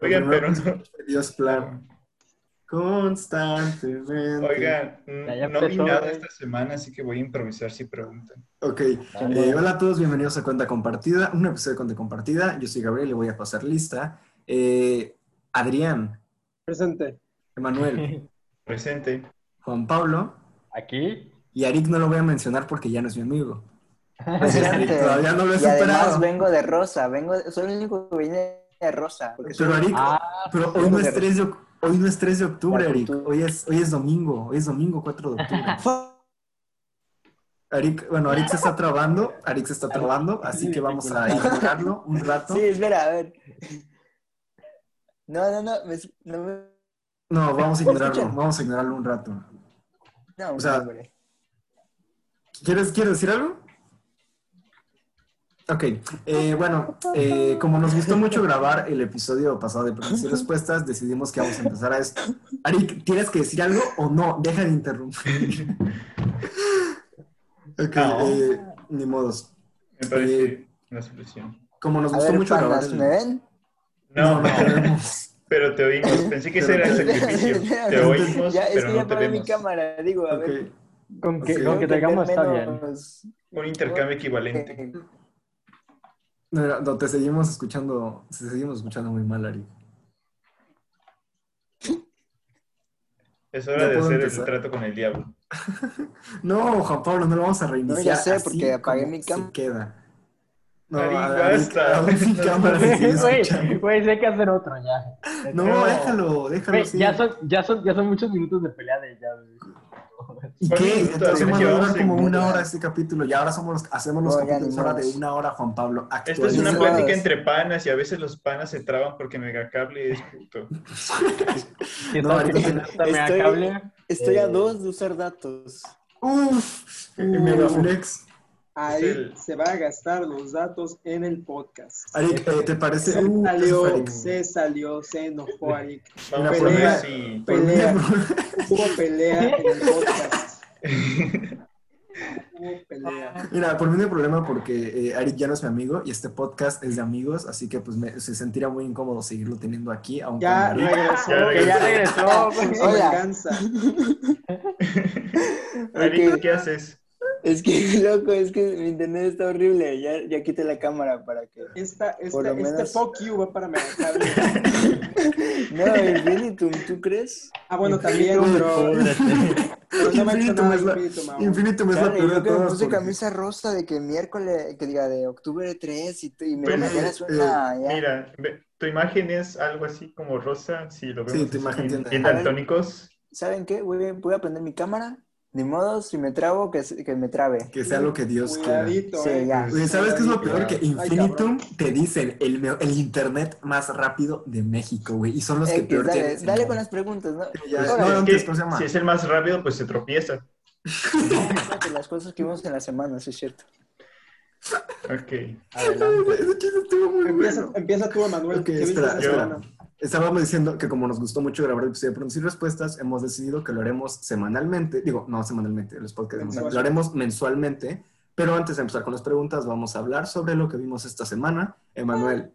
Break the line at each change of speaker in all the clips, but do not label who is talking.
Oigan, pero
Primero,
no.
Dios plan. Constantemente.
Oigan,
Ya, ya
mm, no vi
empezó,
nada
eh.
esta semana, así que voy a improvisar si preguntan.
Ok. eh, hola a todos, bienvenidos a Cuenta Compartida, un episodio de Cuenta Compartida. Yo soy Gabriel, le voy a pasar lista. Eh, Adrián,
Presente.
Emanuel,
Presente.
Juan Pablo
Aquí.
y Arik no lo voy a mencionar porque ya no es mi amigo. Así es, Arik,
Presente.
todavía no lo he
y además
superado.
vengo de rosa, vengo, soy el único que viene de rosa. Porque
Pero
soy-
Arik,
Ah,
pero hoy no es
Vengo de-
3 de, oc- hoy no es 3 de octubre,
Cuatro de
Arik.
octubre.
Hoy es, hoy es domingo, hoy es domingo 4 de octubre. Arik, bueno, Arik se está trabando, Arik se está trabando, así que vamos a ignorarlo un rato.
Sí, espera, a ver. No, no, no, me, no, me-
No, vamos a ignorarlo,
Escucha.
vamos a ignorarlo un rato.
no,
O sea,
hombre.
¿Quieres, quieres decir algo? Ok, eh, bueno, eh, como nos gustó mucho grabar el episodio pasado de preguntas y respuestas, decidimos que vamos a empezar a esto. Arik, ¿tienes que decir algo o no? Deja de interrumpir. ok,
No.
eh, ni modos.
Me parece la solución.
Como nos
A
gustó
ver,
mucho grabar.
panas,
el-
¿me ven?
No,
no,
no,
tenemos.
pero te oímos. Pensé que ese era el sacrificio. Te oímos,
ya, es
pero
que ya
no te
paré mi
vemos.
cámara, digo, a ver.
Ok.
Con que,
Sí.
con que
tengo
tengamos
tener
está bien.
menos- eh,
Un intercambio equivalente.
No, no, te seguimos escuchando, te seguimos escuchando muy mal, Ari.
Es
Ya
hora de
puedo
hacer el
empezar.
trato con el diablo.
No, Juan Pablo, no lo vamos a
No,
reiniciar.
ya sé,
así
porque apagué
como
mi
se
cámara.
queda.
Ari,
a- a-
basta.
aún sin
No,
cámara se sigue escuchando.
Ah, Güey, güey, sí hay que hacer otro ya.
No,
Pero-
déjalo, déjalo.
Güey,
sí.
ya, son, ya, son, ya son muchos minutos de pelea de ella. güey.
¿Y
¿Cuántos
qué?
minutos? Apenas
Entonces van a durar
llevamos
como
segundos.
una hora este capítulo y ahora somos los, hacemos los
Oigan,
capítulos ahora de
vamos.
una hora, Juan Pablo.
Esta es una
Actualiza.
Actualizado. cuenta-
plática entre panas y a veces los panas se traban porque Megacable es puto.
Si
No,
esta
ahorita
opinión
sí.
hasta me
Estoy-
acable,
Estoy a
Eh.
dos de usar datos.
Uf, Megaflex.
Es el-
Ahí se va a gastar los datos en el podcast.
Arik, eh, ¿te parece?
Se
Uh,
salió, eh,
Arik.
se salió, se enojó Arik.
Vamos a
Pelea.
ver si...
Pelea,
Por-
hubo pelea en el podcast. Hubo pelea.
Mira, por mí no hay problema porque eh, Arik ya no es mi amigo y este podcast es de amigos, así que pues me- se sentiría muy incómodo seguirlo teniendo aquí, aunque
Ya regresó.
Ya
que ya
regresó.
regresó.
Con
güey.
su
Hola.
venganza.
Ari,
Ok.
¿qué haces?
Es que, loco, es que mi internet está horrible. Ya, ya quité la cámara para que.
Esta, esta,
Por lo
este
menos-
fuck you va para Megacable.
No, Infinitum, ¿tú crees?
Ah, bueno, también, pero, pero no me ha hecho
Infinitum
nada
es la,
Infinitum aún.
Infinitum es la
Claro, y
peor de
yo que me
todas.
puse
porque-
camisa rosa de que miércoles, que diga de octubre 3 y, t- y me
Pero,
mañana
eh,
suena ya.
Mira, ve- tu imagen es algo así como rosa, si lo
Sí,
vemos
tu
así
imagen
bien-
tiene-
bien
A ver.
daltónicos.
¿Saben qué? Voy, a- voy a prender mi cámara. Ni modo, si me trabo, que, se- que me trabe.
Que sea lo que Dios quiera.
Cuidadito,
Sí,
eh.
ya.
Oye, ¿Sabes qué es lo peor? Que
Ay,
Infinitum
cabrón.
te dicen el, me- el internet más rápido de México, güey. Y son los
Eh,
que
que
peor
dale,
tienen.
dale con las preguntas, ¿no?
Ya,
Pues,
no,
Órale,
es
no,
que
pues, ¿cómo se llama?
si es el más rápido, pues se tropieza.
cuéntate las cosas que vimos en la semana, sí es cierto.
Ok.
Adelante.
Ese chiste estuvo muy
Empieza,
bueno.
empieza tú, Emanuel.
Ok,
¿Qué viste
espera,
esta
yo-
semana?
Estábamos diciendo que como nos gustó mucho grabar el episodio de preguntas y respuestas, hemos decidido que lo haremos semanalmente. Digo, no semanalmente, los podcasts
Mensual.
lo haremos mensualmente. Pero antes de empezar con las preguntas, vamos a hablar sobre lo que vimos esta semana. Emanuel,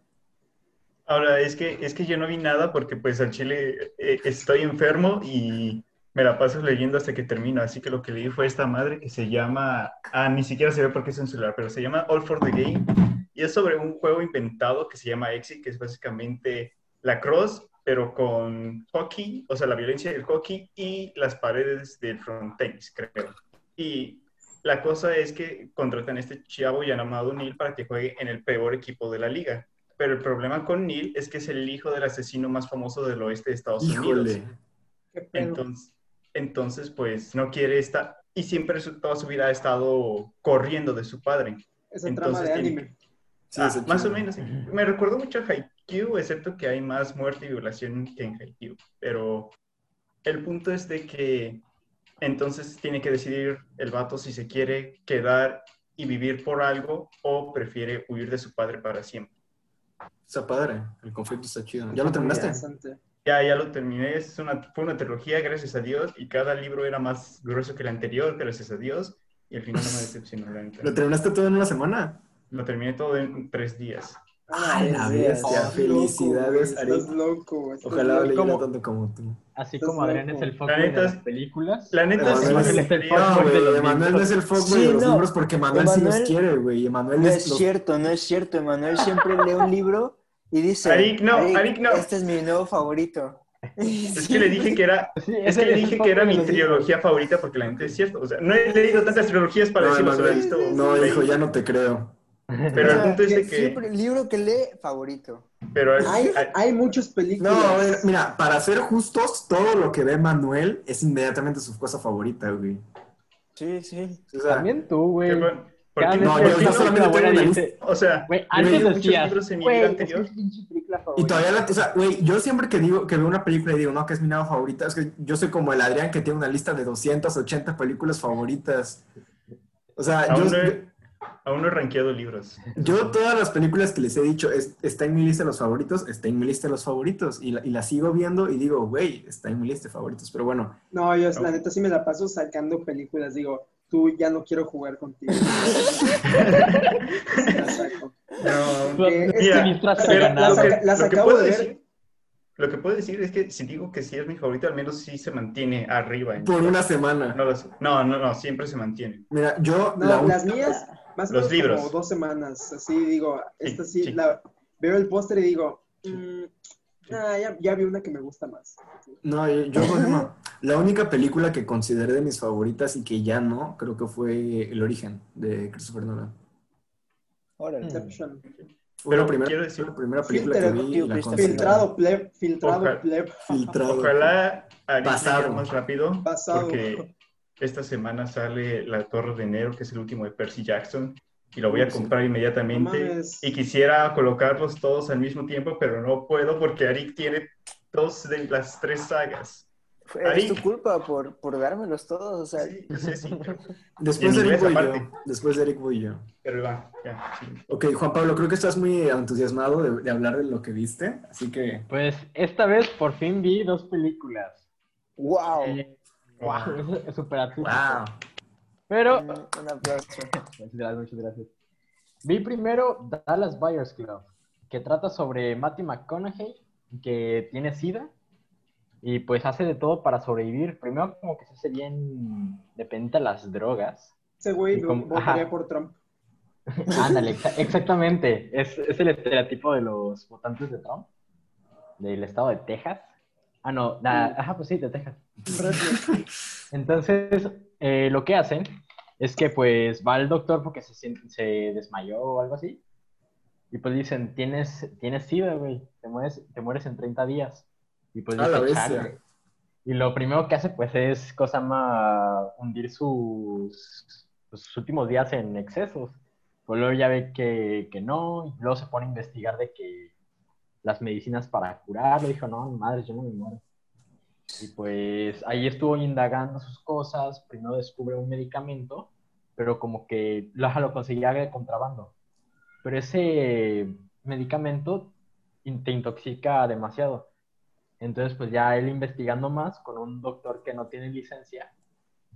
Ahora, es que, es que yo no vi nada porque pues al chile eh, estoy enfermo y me la paso leyendo hasta que termino. Así que lo que leí fue esta madre que se llama, ah, ni siquiera se ve por qué es un celular, pero se llama All for the Game y es sobre un juego inventado que se llama Exit, que es básicamente la cross, pero con hockey, o sea, la violencia del hockey y las paredes del front tenis, creo. Y la cosa es que contratan a este chavo llamado Neil para que juegue en el peor equipo de la liga. Pero el problema con Neil es que es el hijo del asesino más famoso del oeste de Estados Unidos.
híjole.
¿Qué pedo?
Entonces, entonces, pues no quiere estar. Y siempre su- toda su vida ha estado corriendo de su padre.
Esa trama
entonces
de
tiene-
anime.
Sí,
Ah,
ese
más o
chiste.
menos. Me recuerdo mucho a Haikyuu, excepto que hay más muerte y violación que en Haikyuu. Pero el punto es de que entonces tiene que decidir el vato si se quiere quedar y vivir por algo o prefiere huir de su padre para siempre.
Está padre. El conflicto está chido. ¿Ya lo terminaste?
Interesante.
Ya, ya lo terminé. Es una, fue una trilogía, gracias a Dios, y cada libro era más grueso que el anterior, gracias a Dios, y al final no me decepcionó. la neta.
¿Lo terminaste todo en una semana?
Lo terminé todo en tres días.
Ah, la bestia.
Estás
Felicidades,
loco, güey, Estás
Ari.
loco, güey, estás
Ojalá
loco.
le
¿Cómo?
tanto como tú.
Así
Estás
como Adrián
loco.
es el foco
La
de
neta
las
es-
películas.
La neta
Pero
sí
Manuel
me
es
el
gustaría-
fuck,
No,
Fuck
Ah, güey,
de
lo
los
de Manuel no
libros.
es el fuck, güey,
Sí,
de los
no.
libros, porque Manuel sí los
Manuel-
quiere, güey. Y Manuel
No
es
es
los-
cierto, no es cierto. Emanuel siempre lee un libro y dice:
Arik, no, Arik, no.
Este es mi nuevo favorito.
Es que le dije que era,
Pues Sí,
es
ese
que le
el
dije
foco
que era
de
mi
los libros.
trilogía favorita porque la neta es cierto. O sea, no he leído tantas trilogías para
No,
decirlo, solo he
Emanuel,
visto
No,
seis.
hijo, ya no te creo.
Pero el
O sea,
punto es de que.
siempre- libro que lee, favorito.
Pero
Hay,
a-
hay muchas
No,
películas.
a ver, mira, para ser justos, todo lo que ve Manuel es inmediatamente su cosa favorita, güey.
Sí, sí.
O sea,
También tú, güey.
¿por
Cada
qué
vez
no? ¿Por
No, yo-
que
qué no?
yo
escuchas
solamente
una buena
tengo una
dice,
O sea,
Güey,
leí
antes
muchos
decías,
libros en mi
güey, pues,
vida
es que
anterior.
es pinche película
Y
favorita.
todavía, la, o sea, güey, yo siempre que digo que veo una película y digo, no, que es mi nada favorita, es que yo soy como el Adrián que tiene una lista de 280 películas favoritas. O sea, yo,
Aún no he- aún no he rankeado libros.
yo todas las películas que les he dicho, es- está en mi lista de los favoritos, está en mi lista de los favoritos. Y la, y la sigo viendo y digo, güey, está en mi lista de favoritos. Pero bueno,
No, yo la neta sí me la paso sacando películas. Digo, tú ya no quiero jugar contigo. La saco.
No,
Tú
Eh, es
mira,
que-
administras
pero
el ganado.
lo que-
Las
lo que
acabo
puedo
de ver.
decir- Lo que puedo decir es que si digo que sí es mi favorita, al menos sí se mantiene arriba. en-
por una semana.
No, lo sé. no, no, no, siempre se mantiene.
Mira, yo
No,
la,
las mías, más o
Los
menos
libros.
como dos semanas. Así digo, esta sí,
sí.
la- veo el póster y digo, mm, nah, ya, ya vi una que me gusta más.
no, yo, yo por ejemplo, la única película que consideré de mis favoritas y que ya no, creo que fue El origen de Christopher Nolan. Mm.
Órale.
Inception.
Fue
Pero
la primera,
quiero decir-
fue la primera película
Filter,
que vi y
tío,
la
Christopher
consideré.
Filtrado, pues, pleb, filtrado,
Ojalá.
pleb.
Filtrado.
Ojalá Aris
Pasado.
llegue más rápido,
Pasado.
porque esta semana sale La Torre de Enero, que es el último de Percy Jackson, y lo voy a
Sí.
comprar inmediatamente.
No mames.
y quisiera colocarlos todos al mismo tiempo, pero no puedo porque Arik tiene dos de las tres sagas.
Es
Ahí.
tu culpa por, por dármelos todos. O sea,
Sí, yo sé, sí, pero,
Después
Y en
de Eric voy
inglés
yo.
aparte.
Después de Eric voy yo.
pero va, ya, sí.
Ok, Juan Pablo, creo que estás muy entusiasmado de, de hablar de lo que viste, así que...
Pues esta vez por fin vi dos películas.
wow.
Eh, wow, eso es súper absurdo.
¡Wow!
Pero,
Un un aplauso.
muchas gracias, muchas gracias. Vi primero Dallas Buyers Club, que trata sobre Matty McConaughey, que tiene SIDA y pues hace de todo para sobrevivir. Primero como que se hace bien dependiente a las drogas.
Ese güey
Y como-
votaría
ajá.
por Trump.
Ándale, exa- exactamente. Es, es el estereotipo de los votantes de Trump, del estado de Texas. Ah, no, da- ajá, pues sí, de Texas. Entonces, eh, lo que hacen es que pues va el doctor porque se, sien- se desmayó o algo así. Y pues dicen, tienes, tienes SIDA, güey, te mueres, te mueres en 30 días. Y pues
A la
dice,
bestia.
"Chale". Y lo primero que hace pues es cosa más hundir sus, pues, sus últimos días en excesos. Pues luego ya ve que, que no, y luego se pone a investigar de que las medicinas para curarlo, dijo, no, mi madre, yo no me muero. Y pues ahí estuvo indagando sus cosas, primero descubre un medicamento, pero como que lo, ajá, lo conseguía de contrabando. Pero ese medicamento in- te intoxica demasiado. Entonces, pues ya él investigando más con un doctor que no tiene licencia,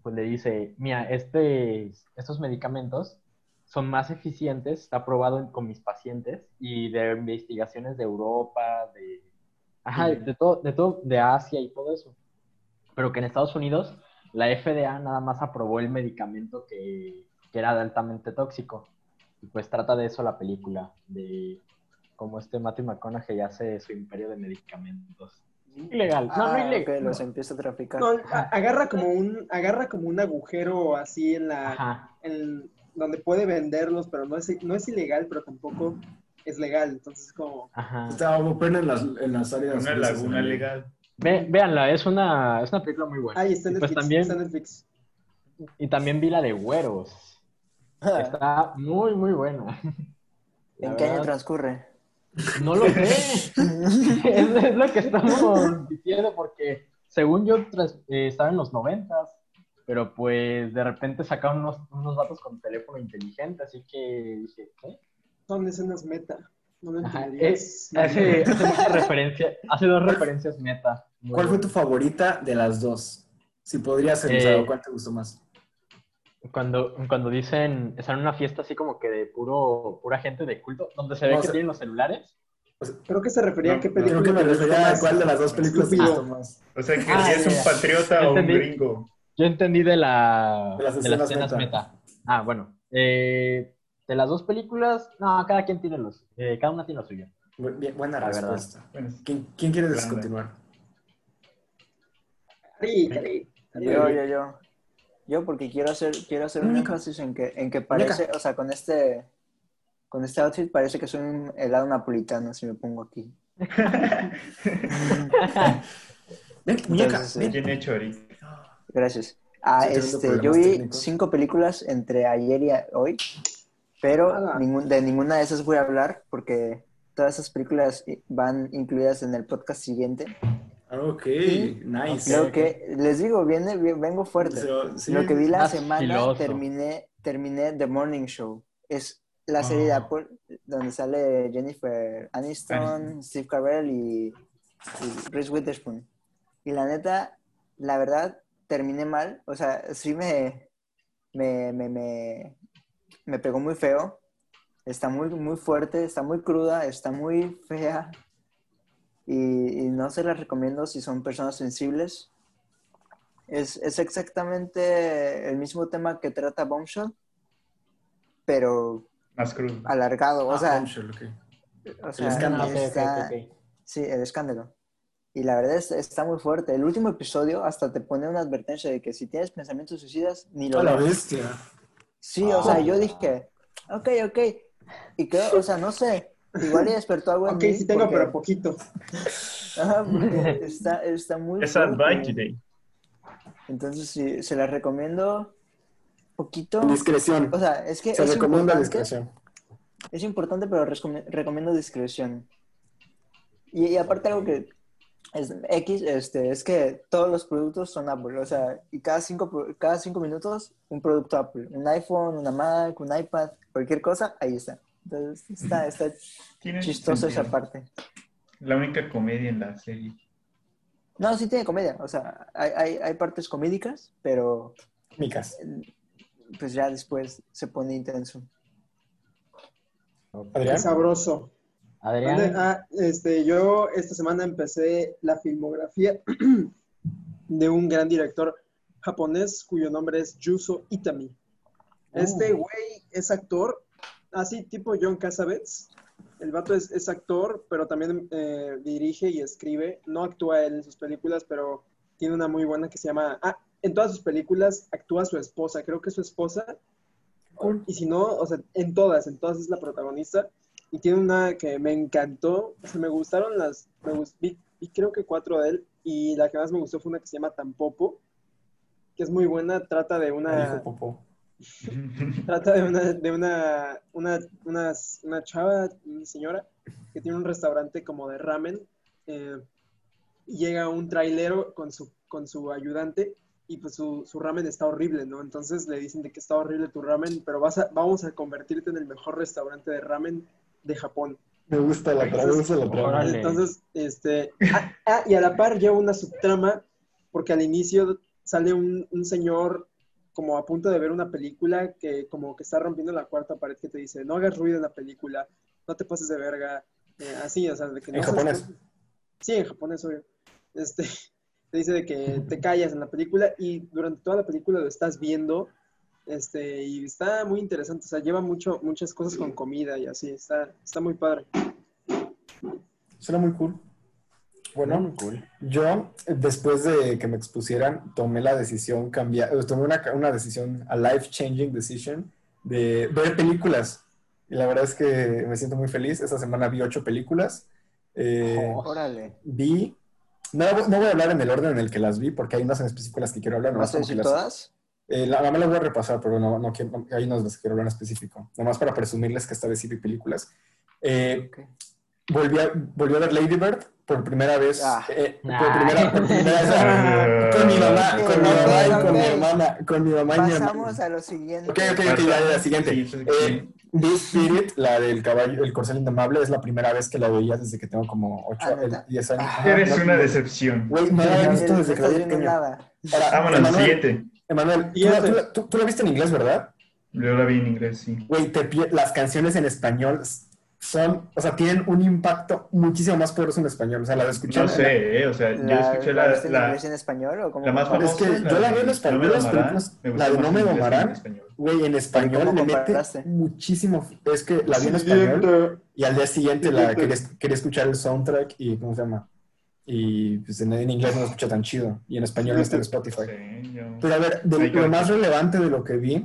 pues le dice, mira, este, estos medicamentos son más eficientes, está probado en- con mis pacientes y de investigaciones de Europa, de, ajá,
Ujú.
de, todo, de todo, de Asia y todo eso. Pero que en Estados Unidos la FDA nada más aprobó el medicamento que, que era altamente tóxico. Y pues trata de eso la película, de cómo este Matthew McConaughey hace su imperio de medicamentos. Ilegal, no, no
Ah,
ilegal.
ok, los empieza a traficar.
No, a- agarra como un, agarra como un agujero así en la,
Ajá.
en- donde puede venderlos, pero no es, no es ilegal, pero tampoco es legal. Entonces, como,
Ajá.
Estaba muy pena en las, en las áreas...
Una
grises,
laguna
güey.
legal.
Ve- véanla, es una, es una película muy buena.
ay, está en
Y
Netflix.
pues también,
Está en Netflix.
y también vi la de Güeros. que Está muy, muy buena.
Ah. ¿En
La
qué año
verdad,
transcurre?
No lo sé. es, es lo que estamos diciendo porque, según yo, tras- eh, estaba en los noventas, pero pues de repente sacaron unos, unos datos con teléfono inteligente, así que dije, ¿qué?
Son escenas meta. No lo
Ajá,
entenderías.
eh, hace, hace mucha referencia, hace dos referencias meta.
¿Cuál fue tu favorita de las dos? Si podrías
Eh,
pensar, ¿cuál te gustó más?
Cuando, cuando dicen, están en una fiesta así como que de puro, pura gente de culto, donde se ve
No,
que
o sea-
tienen los celulares.
Creo que se refería
No,
a qué
no,
película.
Creo que me
te gustó
refería a
más.
cuál de las dos películas te gustó
Estúpido.
más.
O sea, que
Ah,
si es
ya,
un
ya.
patriota o un
Entendí.
gringo.
Yo entendí de la
De las escenas meta.
Ah, bueno. Eh, de las dos películas, no, cada quien tiene los, eh, cada una tiene lo suyo.
Bu- bien, buena
La verdad.
respuesta.
Bueno,
¿Quién, quién quiere
Blanda.
descontinuar?
Ari, Ari.
Yo, yo, yo. Yo porque quiero hacer, quiero hacer un
Muñeca.
énfasis en que, en que parece, o sea, con este, con este outfit parece que soy un helado napolitano si me pongo aquí.
Ven, muñeca,
Entonces,
ven.
bien hecho, Eric.
Gracias. Ah,
Sí, teniendo
este, yo
problemas
vi
técnicos.
cinco películas entre ayer y a- hoy, pero
Ah.
ningún- de ninguna de esas voy a hablar porque todas esas películas i- van incluidas en el podcast siguiente.
Ok, nice.
Lo que les digo, viene, vi- vengo fuerte.
Pero, Ah, sí,
Lo que vi la
Más
semana
filoso.
terminé, terminé The Morning Show. Es la serie de
Ah.
Apple donde sale Jennifer Aniston,
Aniston.
Steve Carell y, y Reese Witherspoon. Y la neta, la verdad, terminé mal. O sea, sí me, me, me, me, me pegó muy feo. Está muy, muy fuerte, está muy cruda, está muy fea. Y, y no se las recomiendo si son personas sensibles. Es, es exactamente el mismo tema que trata Bombshell, pero
Más crudo.
alargado. O
Ah,
sea,
Bombshell, ok.
o sea,
escándalo.
Ah, ok, ok,
está-
ok, ok.
Sí, el escándalo. Y la verdad es, está muy fuerte. El último episodio hasta te pone una advertencia de que si tienes pensamientos suicidas, ni lo
A la
leas.
bestia.
Sí, o sea, yo
Ah.
dije, ok, ok. Y creo, o sea, no sé, igual y despertó algo en
Ok,
mí
sí tengo,
porque-
pero poquito.
Ajá, porque está, está muy
Es
fuerte.
Advice Today.
Entonces, sí, se la recomiendo poquito.
Discreción.
O sea, es que
Se
es
recomienda
importante-
discreción.
Es importante, pero rescom- recomiendo discreción. Y, y aparte algo que es X, este, es que todos los productos son Apple, o sea, y cada cinco, pro- cada cinco minutos un producto Apple, un iPhone, una Mac, un iPad, cualquier cosa, ahí está. Entonces está, está
Tiene
chistoso
sentido.
esa parte.
La única comedia en la serie.
No, sí tiene comedia, o sea, hay, hay, hay partes comédicas, pero
Micas.
pues ya después se pone intenso.
Qué
Adrián.
sabroso.
Adrián,
Ah, este, yo esta semana empecé la filmografía de un gran director japonés cuyo nombre es Yuzo Itami. Este güey es actor, así tipo John Cassavetes. El vato es, es actor, pero también eh, dirige y escribe. No actúa él en sus películas, pero tiene una muy buena que se llama... Ah, en todas sus películas actúa su esposa. Creo que su esposa... Y si no, o sea, en todas, en todas es la protagonista. Y tiene una que me encantó. O sea, me gustaron las. Me gust- vi, vi creo que cuatro de él. Y la que más me gustó fue una que se llama Tampopo. Que es muy buena. Trata de una.
Dijo Popó.
Trata de una. De una, una, una, una chava, una señora. Que tiene un restaurante como de ramen. eh, y llega un trailero con su, con su ayudante. Y pues su, su ramen está horrible, ¿no? Entonces le dicen de que está horrible tu ramen, pero vas a- vamos a convertirte en el mejor restaurante de ramen de Japón.
Me gusta la trama, me gusta la trama.
Órale.
Entonces, este. Ah, ah, y a la par lleva una subtrama, porque al inicio sale un, un señor como a punto de ver una película que como que está rompiendo la cuarta pared que te dice, no hagas ruido en la película, no te pases de verga, eh, así, o sea, de que
En
no seas-
japonés.
Sí, en japonés, obvio. Este, te dice de que te callas en la película y durante toda la película lo estás viendo. Este, y está muy interesante, o sea, lleva mucho, muchas cosas con comida y así, está, está muy padre.
Suena muy cool. Bueno, yo eh, después de que me expusieran, tomé la decisión, cambiar, eh, tomé una, una decisión, a life changing decision, de ver películas. Y la verdad es que me siento muy feliz. Esta semana vi ocho películas. Eh,
Órale.
vi, no, no voy a hablar en el orden en el que las vi, porque hay unas en específico las que quiero hablar. nomás
¿Vas a
como que
decir
las-
todas?
Eh, la, la- me la voy a repasar, pero no, no quiero, no- hay unas de las que quiero hablar en específico. Nomás para presumirles que esta vez sí vi películas. Eh,
Ok.
volví, a, volví a ver Lady Bird por primera vez.
Ah.
eh, por
Nah.
primera, por primera
Ah,
vez. con mi mamá, con mi mamá y con mi hermana. Con mi mamá y mi hermana.
Pasamos a lo siguiente.
Ok, ok, ok, ya, ya, siguiente.
Sí, sí,
Eh, The Spirit, la del caballo, el corcel indomable, es la primera vez que la veía desde que tengo como 8,
Ah, ¿neta?
10 años.
Eres
No,
una
no,
decepción.
Güey, no la
Ya
he
no
visto
estás
desde que la vi
viendo
pequeño.
nada.
Ahora,
Vámonos,
Emanuel,
Ah, siguiente.
Emanuel,
Y
tú, la-
este-
tú la- tú- tú la viste en inglés, ¿verdad?
Yo la vi en inglés, sí.
Güey, te pier- las canciones en español son, o sea, tienen un impacto muchísimo más poderoso en español. O sea, las escuché.
No sé, eh, o sea, yo escuché
¿la
la,
viste en
la-
inglés y en español o cómo?
la más
Es
famosa.
que yo la vi en
de
español,
No me
las
domarán,
películas-
me gustó
la de
más
No
en
me
inglés que en
domarán.
español.
Güey, en español
¿Cómo
le mete
comparaste?
muchísimo. Es que la vi en español y al día siguiente la quería, quería escuchar el soundtrack y ¿cómo se llama? Y pues en, en inglés no lo escucha tan chido y en español no está en Spotify.
Sí, yo-
Pero a ver, de-
Hay que
lo
ver.
más relevante de lo que vi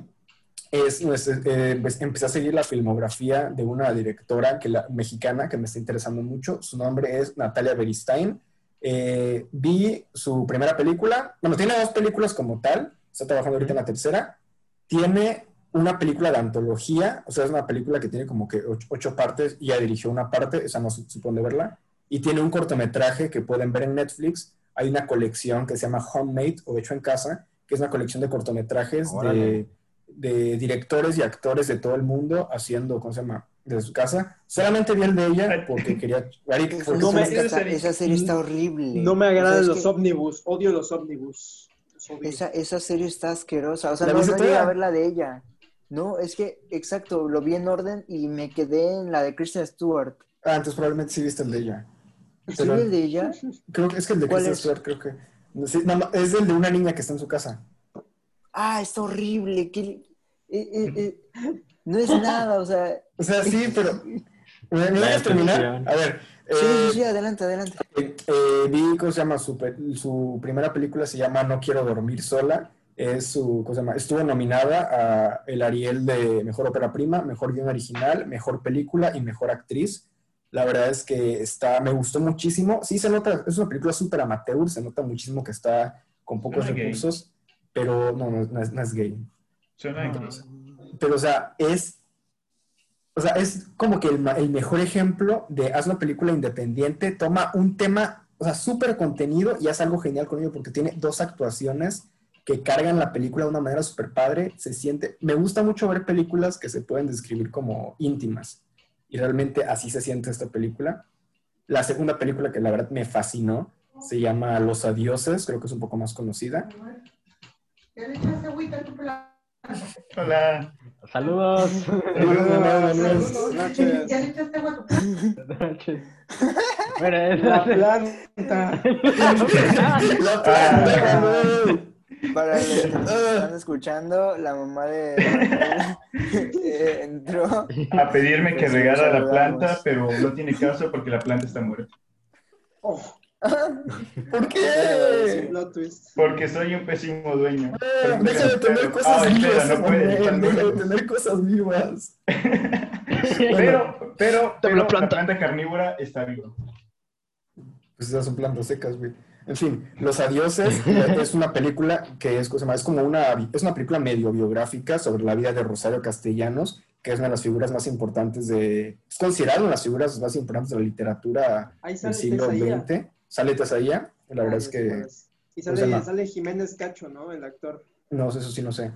es, pues, eh, pues, empecé a seguir la filmografía de una directora que la, mexicana que me está interesando mucho. Su nombre es Natalia Beristain. Eh, vi su primera película. Bueno, tiene dos películas como tal. Está trabajando ahorita en la tercera. Tiene una película de antología. O sea, es una película que tiene como que ocho, ocho partes y ya dirigió una parte. O sea, no se supone verla. Y tiene un cortometraje que pueden ver en Netflix. Hay una colección que se llama Homemade o Hecho en Casa, que es una colección de cortometrajes de,
Órale.
de directores y actores de todo el mundo haciendo, ¿cómo se llama? De su casa. Solamente vi el de ella porque quería. Ari,
Esa
porque
No me-
serie está- esa serie está horrible.
No me
O
agradan
sea, es
los
que
ómnibus, odio los ómnibus. Los odio.
Esa, esa serie está asquerosa. O sea,
¿La
no,
viste
no llegué
toda?
a ver la de ella. No, es que, exacto, lo vi en orden y me quedé en la de Kristen Stewart.
Ah, entonces probablemente sí viste el de ella.
¿Sí
Pero
vi el de ella?
creo que es que el de
¿Cuál
Kristen
es?
Stewart, creo que. sí, no, no, es el de una niña que está en su casa.
Ah, está horrible. qué- eh, eh, eh, No es nada, o sea...
O sea, sí, pero. ¿Me, me
La
dejas terminar?
decepción.
A ver.
Sí, sí,
eh,
sí, adelante, adelante.
Eh, eh, vi, ¿cómo se llama? Su, pe- su primera película se llama No quiero dormir sola. Es su, ¿cómo se llama? Estuvo nominada a el Ariel de Mejor Ópera Prima, Mejor Guión Original, Mejor Película y Mejor Actriz. La verdad es que está, me gustó muchísimo. Sí, se nota, es una película súper amateur, se nota muchísimo que está con
No
pocos
es gay.
recursos, pero no, no, no es, no es gay.
Suena incluso.
Pero, o sea, es, o sea, es como que el, ma- el mejor ejemplo de haz una película independiente, toma un tema, o sea, súper contenido y haz algo genial con ello porque tiene dos actuaciones que cargan la película de una manera súper padre. Se siente, me gusta mucho ver películas que se pueden describir como íntimas y realmente así se siente esta película. La segunda película que la verdad me fascinó se llama Los Adioses, creo que es un poco más conocida.
Ya le echaste agüita a tu planta.
Hola.
Saludos.
Ah.
Buenas noches.
Ya le echaste agua a tu planta.
Buenas noches. bueno, es
La planta.
La planta, güey.
Para los que nos están
Ah.
escuchando, la mamá de eh, entró.
A pedirme que
Pues sí,
regara la
saludamos.
planta, pero no tiene caso porque la planta está muerta.
Oh,
¿Por
qué?
plot twist.
Porque soy un pésimo dueño. Pero
Eh, Deja de
espera,
tener
pero-
cosas
ah, espera,
vivas,
no puede
Manuel,
estar
Deja de
muerta.
tener cosas vivas.
Pero, pero, pero la
planta.
planta carnívora está viva.
Pues esas son plantas secas, güey. En fin, Los Adioses eh, es una película que es, cosa más, es como una, bi- es una película medio biográfica sobre la vida de Rosario Castellanos, que es una de las figuras más importantes de... Es considerada una de las figuras más importantes de la literatura
Ahí sale
del siglo
Tesaía.
XX. Sale Tazaya, la verdad es que...
Y
¿cómo se
sale,
llama?
sale Jiménez Cacho, ¿no? El actor.
No, eso sí no sé.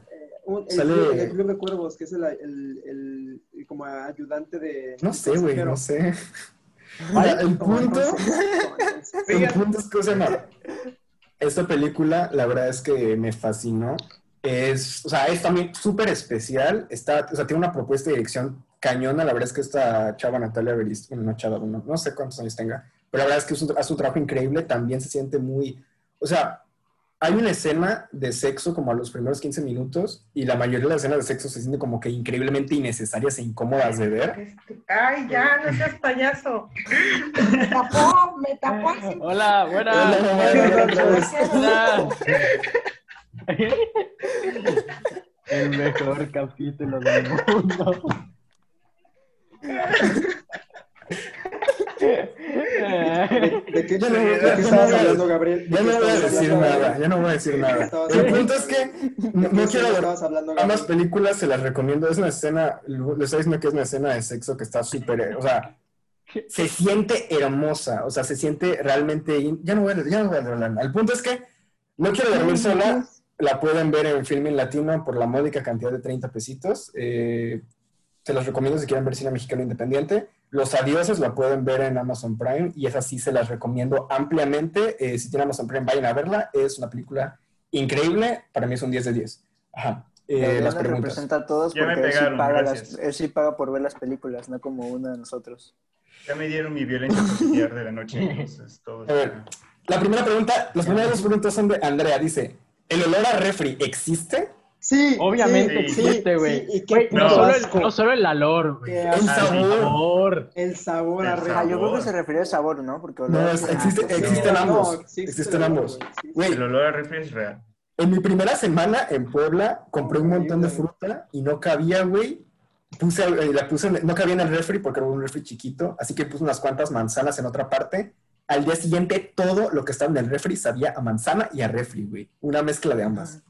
Un- el,
Sale-
club, el Club de Cuervos, que es el, el- el- el como ayudante de.
No sé, güey,
Pero-
no sé. Mira, el
Como
punto...
entonces, como entonces.
El punto es que, o sea, no, esta película, la verdad es que me fascinó. Es, o sea, es también súper especial. Está, o sea, tiene una propuesta de dirección cañona. La verdad es que esta chava Natalia Beristain, bueno, no chava, no, no sé cuántos años tenga, pero la verdad es que es un- hace un trabajo increíble. También se siente muy, o sea, hay una escena de sexo como a los primeros 15 minutos y la mayoría de las escenas de sexo se sienten como que increíblemente innecesarias e incómodas de ver.
Ay, ya, no seas payaso. Me tapó, me tapó así.
Hola,
Hola, hola, hola, hola.
buenas. Buenas. El mejor capítulo del mundo.
¿De qué,
Ya no-
de qué
ya no
estabas
voy a-
hablando, Gabriel?
Ya no voy a decir nada, ya no voy a decir nada. El punto es que no, no quiero hablar.
Estabas hablando,
Ambas
Gabriel?
películas se las recomiendo. Es una escena, les estoy diciendo que es una escena de sexo que está súper, eh, o sea, se siente hermosa, o sea, se siente realmente. in- Ya no voy a, ya no voy a hablar. nada. El punto es que no quiero dormir sola. La pueden ver en Filming Latino por la módica cantidad de 30 pesitos. Eh, se las recomiendo si quieren ver cine mexicano independiente. Los adioses la pueden ver en Amazon Prime y esa sí se las recomiendo ampliamente. Eh, si tienen Amazon Prime, vayan a verla. Es una película increíble, para mí es un 10 de 10. Ajá. Eh,
La verdad
las
nos
preguntas.
representa a todos
Ya me
porque él, sí
pegaron,
paga
gracias.
las- él sí paga por ver las películas, no como uno de nosotros.
Ya me dieron mi violencia familiar de la noche, entonces todo
A ver. La primera pregunta, las primeras dos preguntas son de Andrea. Dice, ¿el olor a refri existe?
Sí,
Obviamente
sí, sí,
existe,
sí,
güey.
y qué
Güey,
puto
no, solo
asco.
el, no solo el alor, güey.
Qué
El
asco.
sabor.
sabor.
El sabor a
El
re-
Ah, yo creo
Sabor.
que se refirió al sabor, ¿no? Porque
No,
olor-
es-
Ah,
existe-
pues,
existen
No,
ambos.
existe
existen
el olor,
ambos.
güey, sí.
Güey,
El olor a refri es real.
En mi primera semana en Puebla compré un montón de fruta y no cabía, güey. Puse, eh, la puse, en- no cabía en el refri porque era un refri chiquito, así que puse unas cuantas manzanas en otra parte. Al día siguiente, todo lo que estaba en el refri sabía a manzana y a refri, güey. Una mezcla de ambas.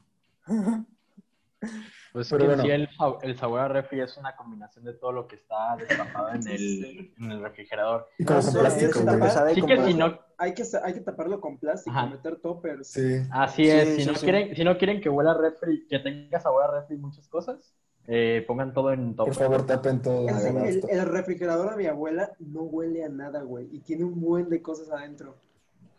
Pues
Pero
que
bueno.
sí, el, fa- el sabor a refri es una combinación de todo lo que está destapado en el, en el refrigerador.
Y como
no
con
sé,
plástico,
siento
güey.
que sabe
Así que
como-
si no,
Hay que, sa- hay que taparlo con plástico,
Ajá.
meter toppers.
Sí.
así
Sí,
es, si
sí,
no
sí.
quieren, si no quieren que huela a refri, que tenga sabor a refri y muchas cosas, eh, pongan todo en
Por
top.
favor, tapen todo.
El,
hagan
el-
esto.
el refrigerador de mi abuela no huele a nada, güey. Y tiene un buen de cosas adentro.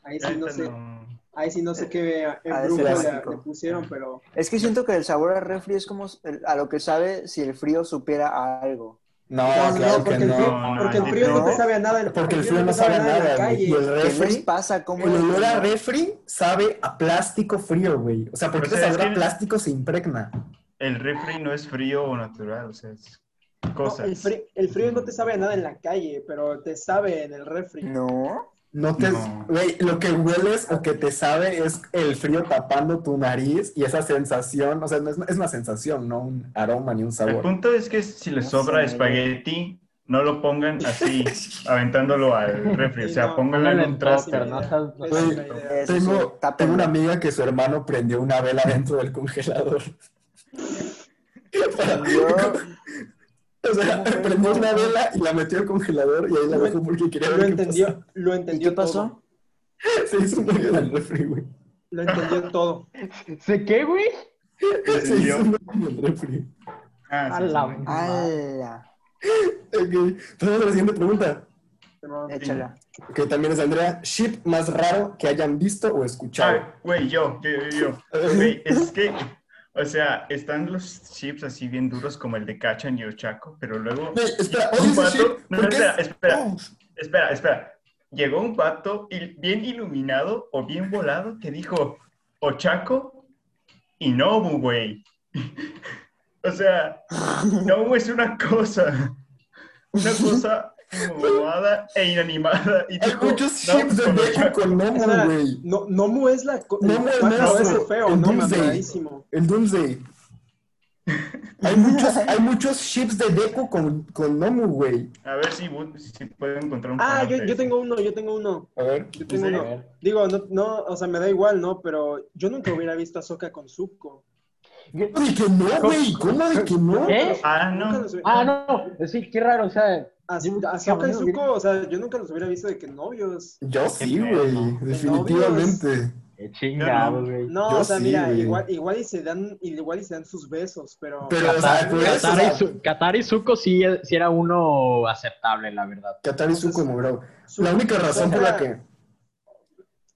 Ahí sí no
Neta,
sé,
no.
ahí sí no sé qué
Ah, es
embrujo le,
plástico.
le pusieron, pero
Es que siento que el sabor al refri es como el- a lo que sabe si el frío supiera a algo.
No,
No, no,
Ah, claro
porque
que
el frío,
no.
no,
porque el
no,
frío no,
no.
te sabe a nada.
Porque el frío no sabe a
en la
nada, güey.
calle.
Y el
¿Qué les
refri
pasa? ¿Cómo
El
les-
olor a refri sabe a plástico frío, güey. O sea, ¿por
O
qué el
sea, es
sabor a
que-
plástico se impregna?
El refri no es frío o natural, o sea, es
No,
cosas.
el, frío, el frío no te sabe a nada en la calle, pero te sabe en el refri.
No.
No te.
No.
Güey, lo que hueles o que te sabe es el frío tapando tu nariz y esa sensación. O sea, no es, es una sensación, no un aroma ni un
El
sabor.
punto es que si les
No
sobra
sé,
espagueti, no lo pongan así, aventándolo al refri. O
Sí,
sea,
no,
pónganlo
Pónganlo
en
en
un traste.
eh,
topper, no seas- no seas-
Esa es
Güey,
la idea.
Eso sí,
Tengo, tengo
tápenlo.
una amiga que su hermano prendió una vela dentro del congelador.
Yo,
o sea, prendió una vela y la metió al congelador y ahí la dejó porque quería ver
Lo
qué
entendió, lo
¿Y
entendió
qué pasó?
todo.
pasó. Se hizo un hoyo en el refri, güey.
Lo entendió todo.
¿Se qué, güey?
Se hizo un hoyo en el refri.
Ah,
A
sí, sí,
la-
sí.
¡Hala!
Ok, pasamos a la siguiente pregunta,
Échala.
que también es de Andrea. ¿Ship más raro que hayan visto o escuchado?
Ah, güey, yo, yo, yo, yo. Güey, es que, o sea, están los chips así bien duros como el de Cachan y Ochaco, pero luego
Güey, espera, odio
un
ese
vato-
ship.
no,
¿Por qué
espera,
es-
espera.
Oh,
Espera, espera. Llegó un pato bien iluminado o bien volado que dijo Ochaco y Nobu, güey. o sea, Nobu es una cosa. Una cosa inanimada e inanimada. Y
hay
dijo,
muchos
"No,
ships de
con
México
Ochaco".
con
Espera,
Nomo, güey.
no, Nomu es la co-
Nomu es
el pájaro
nuestro,
ese feo,
el
no
Doomsday.
mamadísimo.
El Doomsday. Hay muchos, hay muchos ships de Deku con, con Nomu, güey.
A ver si, bu- si puedo encontrar un
Ah,
fanart
yo,
de
yo
eso.
tengo uno, yo tengo uno.
A ver.
Yo tengo uno. Digo, no, no, o sea, me da igual, ¿no? Pero yo nunca hubiera visto a Soka con Zuko.
¿Qué?
¿De que no, güey? ¿Cómo de que no?
¿Qué?
Ah,
Nunca
no.
los hubiera-
Ah, no, no, sí, qué raro, o sea,
A, a Sokka
cabrón,
y
no
Zuko, o sea, yo nunca los hubiera visto de que novios.
Yo sí,
pedo,
güey.
¿no?
Definitivamente.
qué chingado, güey.
No,
Yo
o sea,
sí,
mira,
güey.
igual, igual y se dan, igual y se dan sus besos, pero.
Pero, o sea,
Qatar,
por eso, o
Qatar y
sea,
Su- Qatar y Zuko sí, eh, sí era uno aceptable, la verdad.
Qatar y Zuko, como bro.
Zuko-
La única razón por la
Sokka-
que.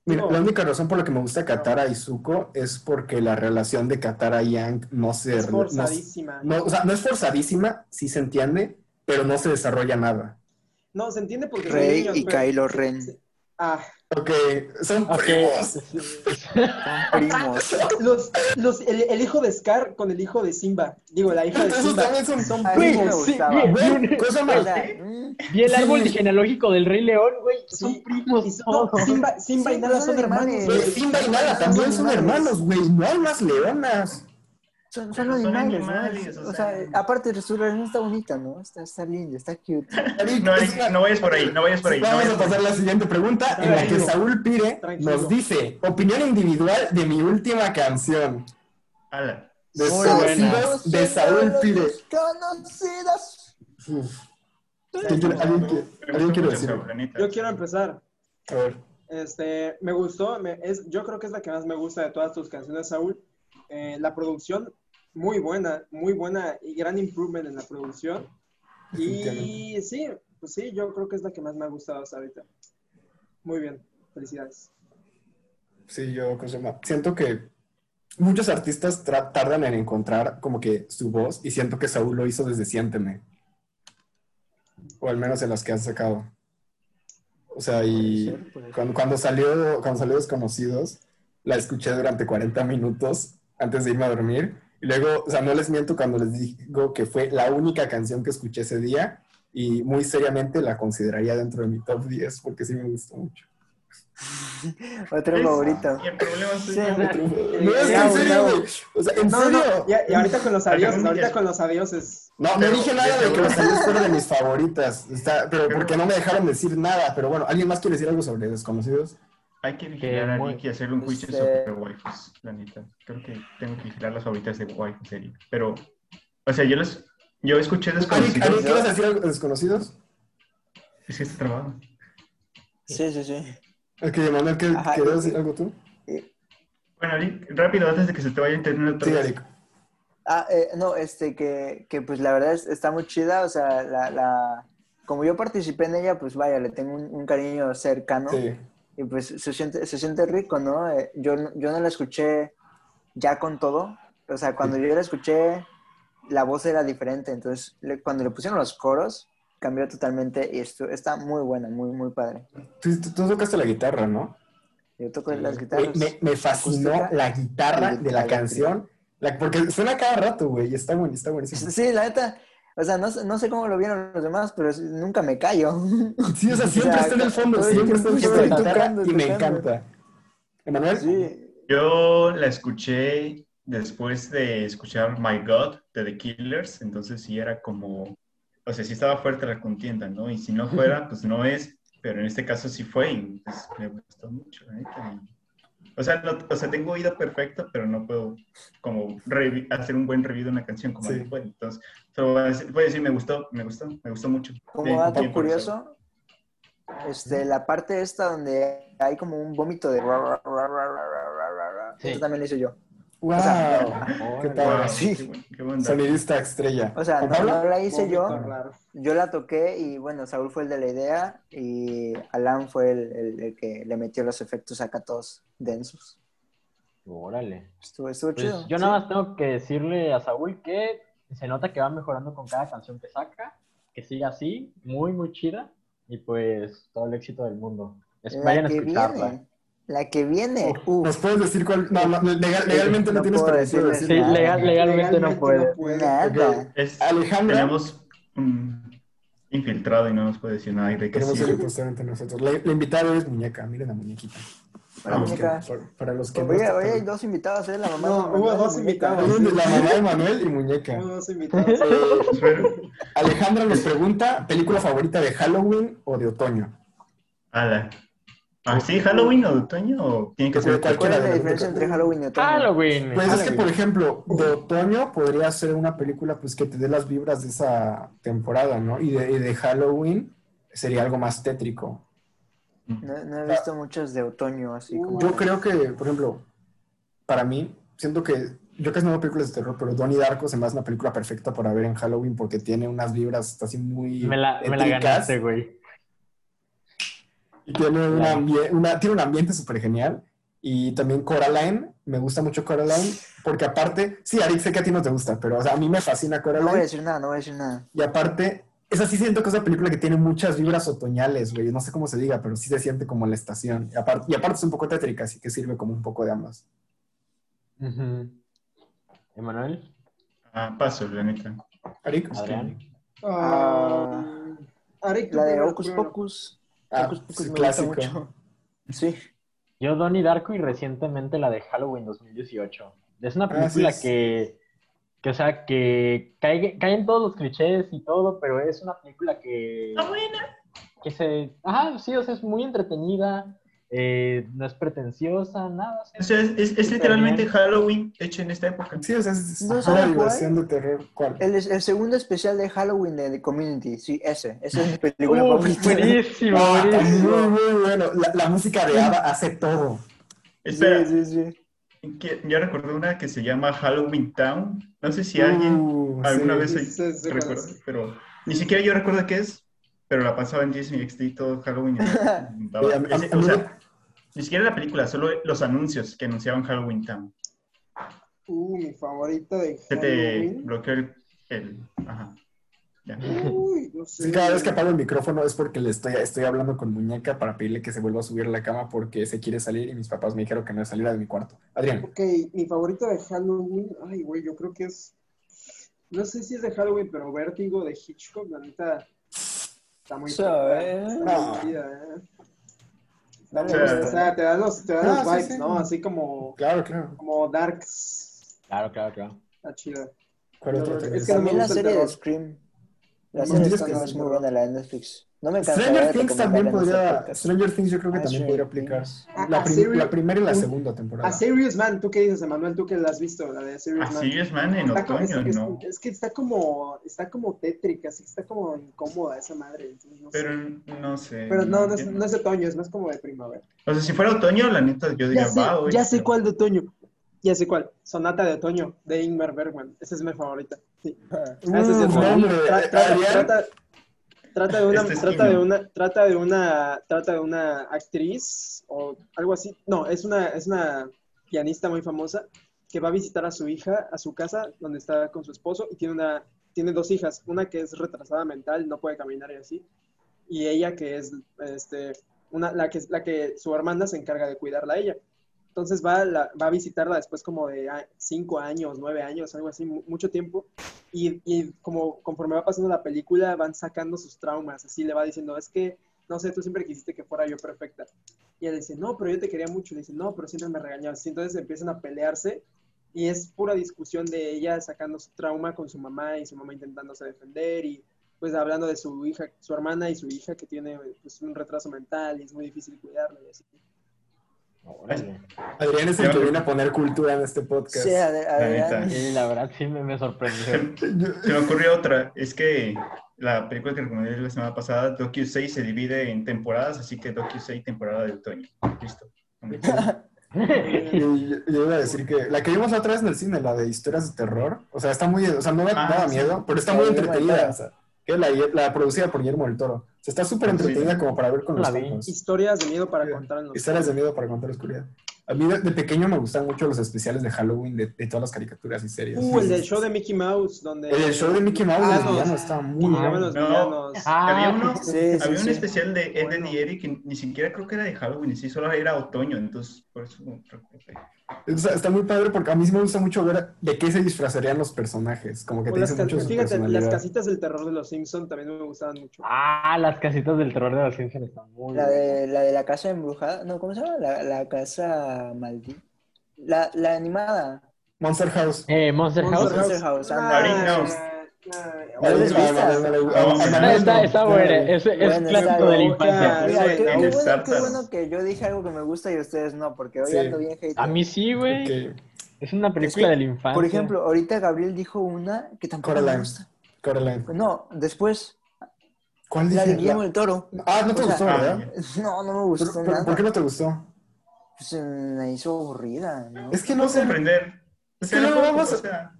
Mira,
No.
la única razón por la que me gusta Katara y Zuko es porque la relación de Katara y Yang no se.
Es
no-
forzadísima.
no- o sea, no es forzadísima, sí se entiende, pero no se desarrolla nada.
No, se entiende porque son
Rey
niños,
y
pero-
Kylo Ren.
Ah,
Ok, son
Ok.
primos.
Primos.
los, los, el, el hijo de Scar con el hijo de Simba. Digo, la hija de
Esos
Simba.
también son.
Son
Ay,
Güey,
me
sí,
gustaba.
bien,
Güey,
bien.
cosa
O
más.
sea, mm,
Vi el
Sí,
árbol
güey.
genealógico del Rey León, güey. Son
Sí. Y
primos
si- no,
todos.
Simba, Simba y
Sí,
Nala
son
son hermanos.
animales.
güey.
Güey, Simba y Nala también son hermanos, güey. No hay más leonas.
Son, son
Son
animales, ¿no?
animales,
Es-
o
o sea, eh,
sea.
aparte su relación está bonita, ¿no? Está, está linda, está cute.
Ah, No,
Es una-
no vayas por ahí, no vayas por ahí. no
Vamos
vayas
a
por ahí.
pasar a la siguiente pregunta en la que
Tranquilo.
Saúl Pire
Tranquilo.
nos dice opinión individual de mi última canción.
Ala.
Desconocidos de Saúl Pire.
Conocidos.
Uf.
Sí,
¿Quién quiere- ¿Alguien, quiere-
Me
alguien
gustó
quiere
mucho
decir?
esa planeta.
Yo quiero empezar.
A ver.
Este, me gustó, me- es, yo creo que es la que más me gusta de todas tus canciones, Saúl. Eh, la producción, muy buena, muy buena y gran improvement en la producción. Y
Definitivamente.
sí, pues sí, yo creo que es la que más me ha gustado hasta ahorita. Muy bien, felicidades.
Sí, yo, ¿cómo se llama? Siento que muchos artistas tra- tardan en encontrar como que su voz y siento que Saúl lo hizo desde Siénteme. O al menos en las que han sacado. O sea, y
Puede ser, puede ser.
cuando, cuando salió, cuando salió Desconocidos, la escuché durante 40 minutos antes de irme a dormir. Y luego, o sea, no les miento cuando les digo que fue la única canción que escuché ese día y muy seriamente la consideraría dentro de mi top 10 porque sí me gustó mucho.
Otro
Es-
favorito.
Y el problema es
Sí.
No, es que en serio, güey. O sea, en
No,
serio.
no, y, y ahorita con los adioses, ahorita con los adioses.
No, no
Pero,
dije nada
de
de que
seguro.
los saludos fueron de mis favoritas. Está, pero
Pero-
porque no me dejaron decir nada. Pero bueno, ¿alguien más quiere decir algo sobre desconocidos?
Hay que vigilar a
muy-
Nick y hacerle un juicio
Este-
sobre waifus, la neta. Creo que tengo que vigilar las favoritas de waifu serie. Pero, o sea, yo las, yo escuché
¿Alguien,
desconocidos.
¿alguien quiere decir algo de desconocidos?
Es que está trabado.
Sí, sí, sí.
Ok, Manuel, ¿qué-
Ajá.
¿querías decir algo tú?
Bueno, Eric, rápido, antes de que se te vaya a internet otra
Sí,
vez.
Eric.
Ah, eh, no, este, que, que pues la verdad es- está muy chida, o sea, la, la- como yo participé en ella, pues vaya, le tengo un, un cariño cercano
Sí.
y pues se siente, se siente rico, ¿no? Eh, yo, no- yo no la escuché ya con todo, o sea, cuando yo la escuché, la voz era diferente, entonces le- cuando le pusieron los coros, cambió totalmente y esto está muy buena, muy, muy padre.
Tú, tú- tú tocaste la guitarra, ¿no?
Yo toco las
Me,
guitarras.
me- me fascinó
Acústica.
la guitarra
Y
de la
la
canción. La- porque suena cada rato, güey. y Está, buen, está buenísimo.
Sí, la neta, o sea, no, sé- no sé cómo lo vieron los demás, pero es- nunca me callo.
Sí, o sea, siempre
O sea,
está en el fondo.
todo el
Siempre está en el
tiempo
fondo de la
estoy
guitarra
tocando,
y me
tocando.
encanta. ¿Emanuel?
Sí,
Yo la escuché después de escuchar My God de The Killers, entonces sí era como, o sea, sí estaba fuerte la contienda, ¿no? Y si no fuera, pues no es, pero en este caso sí fue y pues, me gustó mucho, la neta. Y- O sea, no- o sea, tengo oído perfecto, pero no puedo como revi- hacer un buen review de una canción como
Sí.
él puede. Entonces, solo voy a decir, voy a decir, me gustó, me gustó, me gustó mucho. Sí,
como dato
bien por eso.
curioso, este, la parte esta donde hay como un vómito de... ra, ra, ra, ra, ra, ra, ra, ra, ra,
Sí.
Eso también lo hice yo.
¡Wow! ¿Qué tal?
Wow,
Sí.
qué buen- qué buen dato.
Sonidista estrella.
O sea,
¿Juan
no,
Pablo?
no la hice yo,
Momento raro.
yo la toqué y bueno, Saúl fue el de la idea y Alan fue el, el- el que le metió los efectos acá todos densos.
Órale.
Estuvo, estuvo
Pues,
chido.
yo nada más tengo que decirle a Saúl que se nota que va mejorando con cada canción que saca, que siga así, muy, muy chida, y pues todo el éxito del mundo. Es-
La
vayan a
que
escucharla.
viene, la que viene.
Uh, ¿Nos puedes decir cuál? No, no, legal- legalmente no,
No
tienes
puedo
permitido
decirles
decir.
Sí,
nada.
legal- legalmente, no puede.
pues,
Nada.
Ok.
Es-
Ah,
Alejandra.
Tenemos un infiltrado y no nos puede decir nada. Y de que
Queremos
sí.
ser impostor nosotros. La, la invitada es muñeca. Miren la muñequita.
Para
Vamos,
Los que-
muñeca. Pues
para- para los que
Oye,
no.
oye, hay dos invitados, ¿eh? La mamá.
No,
de Manuel
hubo
y
dos
Muñeca.
invitados.
Uno de la mamá de Manuel y muñeca.
Uno de los invitados.
Pero-
Alejandra nos pregunta, ¿película favorita de Halloween o de otoño?
Ala. ¿Ah, sí? ¿Halloween o de otoño? ¿O tiene que ser
¿Cuál
Cualquiera
es
de
la
las
diferencia
dos.
entre Halloween y otoño?
Ah, Halloween.
Pues es que,
Halloween.
por ejemplo, de otoño podría ser una película pues que te dé las vibras de esa temporada, ¿no? Y de, y de Halloween sería algo más tétrico.
No, no he visto muchas de otoño así
Uh,
como.
Yo creo que, por ejemplo, para mí, siento que yo casi no veo películas de terror, pero Donnie Darko se me hace una película perfecta para ver en Halloween porque tiene unas vibras así muy
me la, me la
tétricas
ganaste, güey.
y tiene, un
La-
ambie- una- tiene un ambiente súper genial. Y también Coraline, me gusta mucho Coraline porque aparte, sí, Arik, sé que a ti no te gusta, pero o sea, a mí me fascina
No voy a
Coraline
decir nada, no voy a decir nada.
y aparte... Es así, siento que es una película que tiene muchas vibras otoñales, güey. No sé cómo se diga, pero sí se siente como la estación. Y aparte, y aparte es un poco tétrica, así que sirve como un poco de ambas.
Emanuel,
Ah, paso, la neta.
Arik. pues,
Es que-
Adrián.
Ah, Arik, tú
La de
primero,
Hocus
primero.
Pocus.
Ah,
Hocus Pocus
sí,
me
clásico.
gusta mucho. Sí.
Yo, Donnie Darko, y recientemente la de Halloween 2018. Es una
sí,
película
es-
que, que, o sea, que cae, cae en todos los clichés y todo, pero es una película que,
Está buena.
que se... Ajá, sí, o sea, es muy entretenida, eh, no es pretenciosa, nada. o sea,
O sea, es, es- es literalmente Halloween hecho en esta época.
Sí, o sea, es
No
es
sabe
una
cuál.
diversión de terror. ¿Cuál?
El, el segundo especial de Halloween de, de Community. Sí, ese. Esa es mi película
¡Uf,
favorita.
buenísimo,
Ah, está
buenísimo.
muy, muy bueno. La, la música de Ava hace todo.
Espera,
Sí, sí, sí.
que- yo recordé una que se llama Halloween Town. No sé si alguien
Uh,
alguna
sí.
vez
sí, sí, sí,
recuerda,
sí.
pero ni siquiera yo recuerdo qué es, pero la pasaba en Disney XD todo Halloween. Y
Sí, a- a-
Ese-
a
o
mí-
sea, ni siquiera la película, solo los anuncios que anunciaban Halloween Town.
Uh, mi favorita de
Se te
Halloween.
bloqueó el... el- Ajá. Ya.
Uy, no sé.
Sí, cada vez que apago el micrófono es porque le estoy, estoy hablando con muñeca para pedirle que se vuelva a subir a la cama porque se quiere salir y mis papás me dijeron que no saliera de mi cuarto. Adrián,
Ok, mi favorita de Halloween, ay, güey, yo creo que es, no sé si es de Halloween, pero Vértigo de Hitchcock, la neta, está muy
Sí,
perra,
eh.
está
Ah.
muy chida, eh. Está muy
Sí.
buena, o sea, te dan los, te dan
Ah,
los
sí,
vibes,
sí.
¿no? Así como,
claro, claro.
como Darks,
Claro, claro, claro.
está chida.
¿Cuál
No,
otro
es
te
que
gusta?
no me
También la
gusta el
serie de
terror.
Scream. La serie
No,
de
tienes que
Scream es
ser
muy
terror.
buena, la de Netflix. No me encanta.
Stranger Things también podría, Stranger Things yo creo que
Ah,
también podría
Stranger
aplicar.
Things.
A-
La,
a
prim-
Serious-
la primera y la
un-
segunda temporada.
A Serious Man, ¿tú qué dices, Emanuel? ¿Tú que la has visto, la de Serious
A
Man?
Serious Man Ah, en
Está co- es,
otoño,
es-
¿no?
es que está como, está como tétrica, así está como incómoda esa madre, entonces no sé.
Pero no sé.
Pero no, no es,
entiendo.
no es otoño, es más como de primavera.
O sea, si fuera otoño, la neta, yo este diría,
Ya sé,
va, güey.
ya sé cuál de otoño. Ya sé cuál. Sonata de otoño de Ingmar Bergman. Esa es mi favorita. Sí. Esa es mi
Mm,
favorita.
hombre,
Tra- tra-
Adrián.
trata- Trata de una,
Este es
trata de
Ingmar.
una, trata de una, trata de una actriz o algo así. No, es una, es una pianista muy famosa que va a visitar a su hija a su casa donde está con su esposo y tiene una, tiene dos hijas, una que es retrasada mental, no puede caminar y así, y ella que es, este, una, la que, la que su hermana se encarga de cuidarla a ella. Entonces va, a la- va a visitarla después como de a- cinco años, nueve años, algo así, mu- mucho tiempo. Y, y como conforme va pasando la película, van sacando sus traumas. Así le va diciendo, es que, no sé, tú siempre quisiste que fuera yo perfecta. Y él dice, no, pero yo te quería mucho. Le dice, no, pero siempre me regañabas. Y entonces empiezan a pelearse. Y es pura discusión de ella sacando su trauma con su mamá y su mamá intentándose defender. Y pues hablando de su hija, su hermana y su hija que tiene pues, un retraso mental y es muy difícil cuidarla. Y así.
Órale.
Adrián es el que viene a poner cultura en este podcast.
Sí, a ver, a ver,
neta.
Adrián.
Sí, la verdad sí me, me sorprendió.
Se se me ocurrió otra. Es que la película que recomendé la semana pasada, DocuSay, se divide en temporadas, así que DocuSay, temporada de otoño. Listo.
Y yo- yo iba a decir que la que vimos la otra vez en el cine, la de historias de terror, o sea, está muy, o sea, no da
Ah,
nada
sí.
miedo, pero está
La
muy
de Guillermo del
entretenida.
Toro.
o sea, que la, la producida por Guillermo del Toro. O sea, está súper
Sí.
entretenida como para ver con los
La vi.
ojos.
Historias de miedo para
Sí.
contar en los
Historias de miedo para contar la oscuridad. A mí de, de pequeño me gustan mucho los especiales de Halloween de, de todas las caricaturas y series.
Uh, el del show de Mickey Mouse, donde...
El del show de Mickey Mouse,
Ah,
los
no, Ah,
villanos, está muy
llegaban
bueno.
los
No.
villanos.
Había
Ah,
uno,
Sí, sí,
había un
sí.
especial de Ed
Bueno.
y Eric que ni siquiera creo que era de Halloween, sí, solo era otoño, entonces por eso no creo que-
O sea, está muy padre porque a mí sí me gusta mucho ver de qué se disfrazarían los personajes. Como que
O
te
las
dicen mucho
ca-
de su
fíjate, las
personalidad.
casitas del terror de los Simpsons también me gustaban mucho.
ah, las casitas del terror de los Simpsons están muy
La
buenas.
de, la de la casa embrujada. No, ¿cómo se llama? La, la casa maldita. La, la animada.
Monster House.
Eh, Monster House.
Monster House, anda.
Ahorita.
Ah,
Ahorita.
Ah,
Ah, Está, está, está buena. eh, Es, es
Bueno, está
clásico de la
loca.
infancia.
Mira,
Sí,
qué,
no,
qué
el
bueno, qué
Zartas.
bueno que yo dije algo que me gusta y ustedes no, porque hoy
Sí.
ando bien hate.
A mí sí, güey.
Ok.
Es una película
Es que,
de la infancia.
Por ejemplo, ahorita Gabriel dijo una que tampoco me
Coraline.
gusta.
Coraline.
Pues No, después,
¿Cuál
la
dije?
de Guillermo del Toro.
Ah, no te
O sea,
gustó,
ah,
¿verdad?
No, no me gustó
Pero- pero,
nada.
¿Por qué no te gustó?
Se me hizo aburrida, ¿no?
Es que no
No sé
sé.
aprender.
Es
Es
que
que
no
no,
vamos a-
o sea,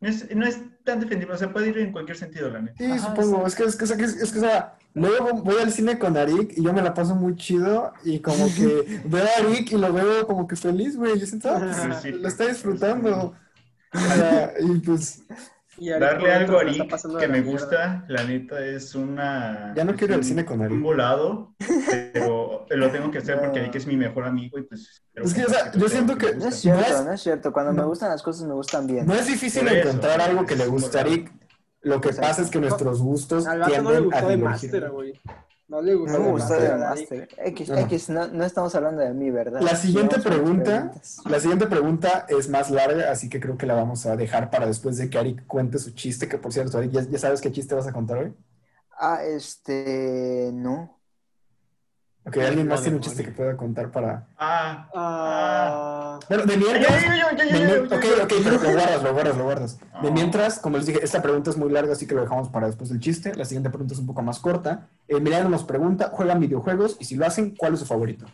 no es, no es tan defendible, o sea, puede ir en cualquier sentido, la neta.
Sí,
Ajá,
supongo. Es que, es que, es que, es que, o sea, luego voy al cine con Arik y yo me la paso muy chido y como que veo a Arik y lo veo como que feliz, güey. Yo siento, ah, pues,
Sí, sí.
lo está disfrutando. O sea, y pues,
Y ahorita
Darle algo a
la está
Rick
pasando de
que
la
me
mierda.
gusta, la neta, es una...
ya no
es
quiero ir al
un-
cine con
un
Arik.
volado, pero lo tengo que hacer
No.
porque Eric es mi mejor amigo y pues... pero
Es que, o sea,
como
yo siento que-
me
No es
gusta.
No
cierto,
es-
no es cierto. Cuando me
no.
gustan las cosas, me gustan bien.
No es difícil
Por eso,
encontrar algo que le
es
guste a
volado.
Arik. Lo que
Exacto.
pasa es que nuestros gustos
Al vato
tienden
no le
a
gustó de
divergir.
Master, güey. No le gustó
No me
de
gustó
Master.
de Master. X,
Ajá.
X, no, no estamos hablando de mí, ¿verdad?
La siguiente
Vamos a las
pregunta.
preguntas.
La siguiente pregunta es más larga, así que creo que la vamos a dejar para después de que Arik cuente su chiste, que por cierto, Arik, ¿ya, ya sabes qué chiste vas a contar hoy?
Ah, este. No.
Ok, alguien más
No,
tiene un
demonio.
chiste que pueda contar para...
Ah,
Ah,
Bueno, de
ya, ya,
mientras...
ya, ya, ya,
de
ya,
mien-
ya,
Ok,
ya.
ok, pero lo guardas, lo guardas, lo guardas. De
Ah.
mientras, como les dije, esta pregunta es muy larga, así que lo dejamos para después del chiste. La siguiente pregunta es un poco más corta. Eh, Emiliano nos pregunta, ¿juegan videojuegos? Y si lo hacen, ¿cuál es su favorito?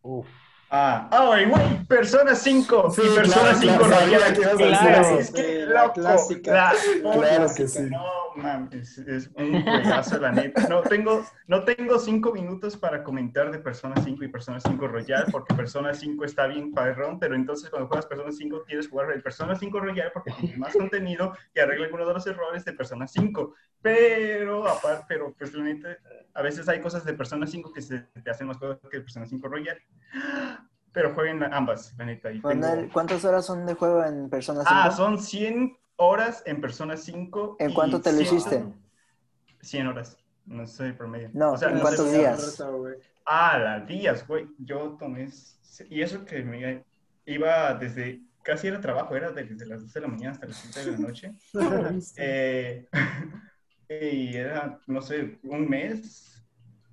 Uf.
a ¡Ay, Ah. güey! Persona 5
Sí,
y Persona
claro,
5
claro,
Royal.
sabía que ibas a decir
Claro,
eso.
es que
Sí, la
loco,
clásica.
la
Claro que
clásica.
sí.
No mames, es un juegazo, la neta. No tengo, no tengo cinco minutos para comentar de Persona 5 y Persona 5 Royal, porque Persona 5 está bien padrón, pero entonces cuando juegas Persona 5 quieres jugar el Persona 5 Royal porque tiene más contenido y arregla algunos de los errores de Persona 5. Pero, aparte, pero pues la neta, a veces hay cosas de Persona 5 que se te hacen más cosas que Persona 5 Royal. Pero jueguen ambas, la neta. y
Bueno,
tengo-
el- ¿Cuántas horas son de juego en Persona 5?
Ah, son 100 horas en Persona 5.
¿En
y
cuánto te lo
100
hiciste?
100 horas. No sé el promedio.
No,
O sea,
¿en
no sé
cuántos
si-
días?
Ah, las días, güey. Yo tomé... Y eso que me iba desde... Casi era trabajo, era desde las 12 de la mañana hasta las 7 de la noche. Eh, y era, no sé, un mes,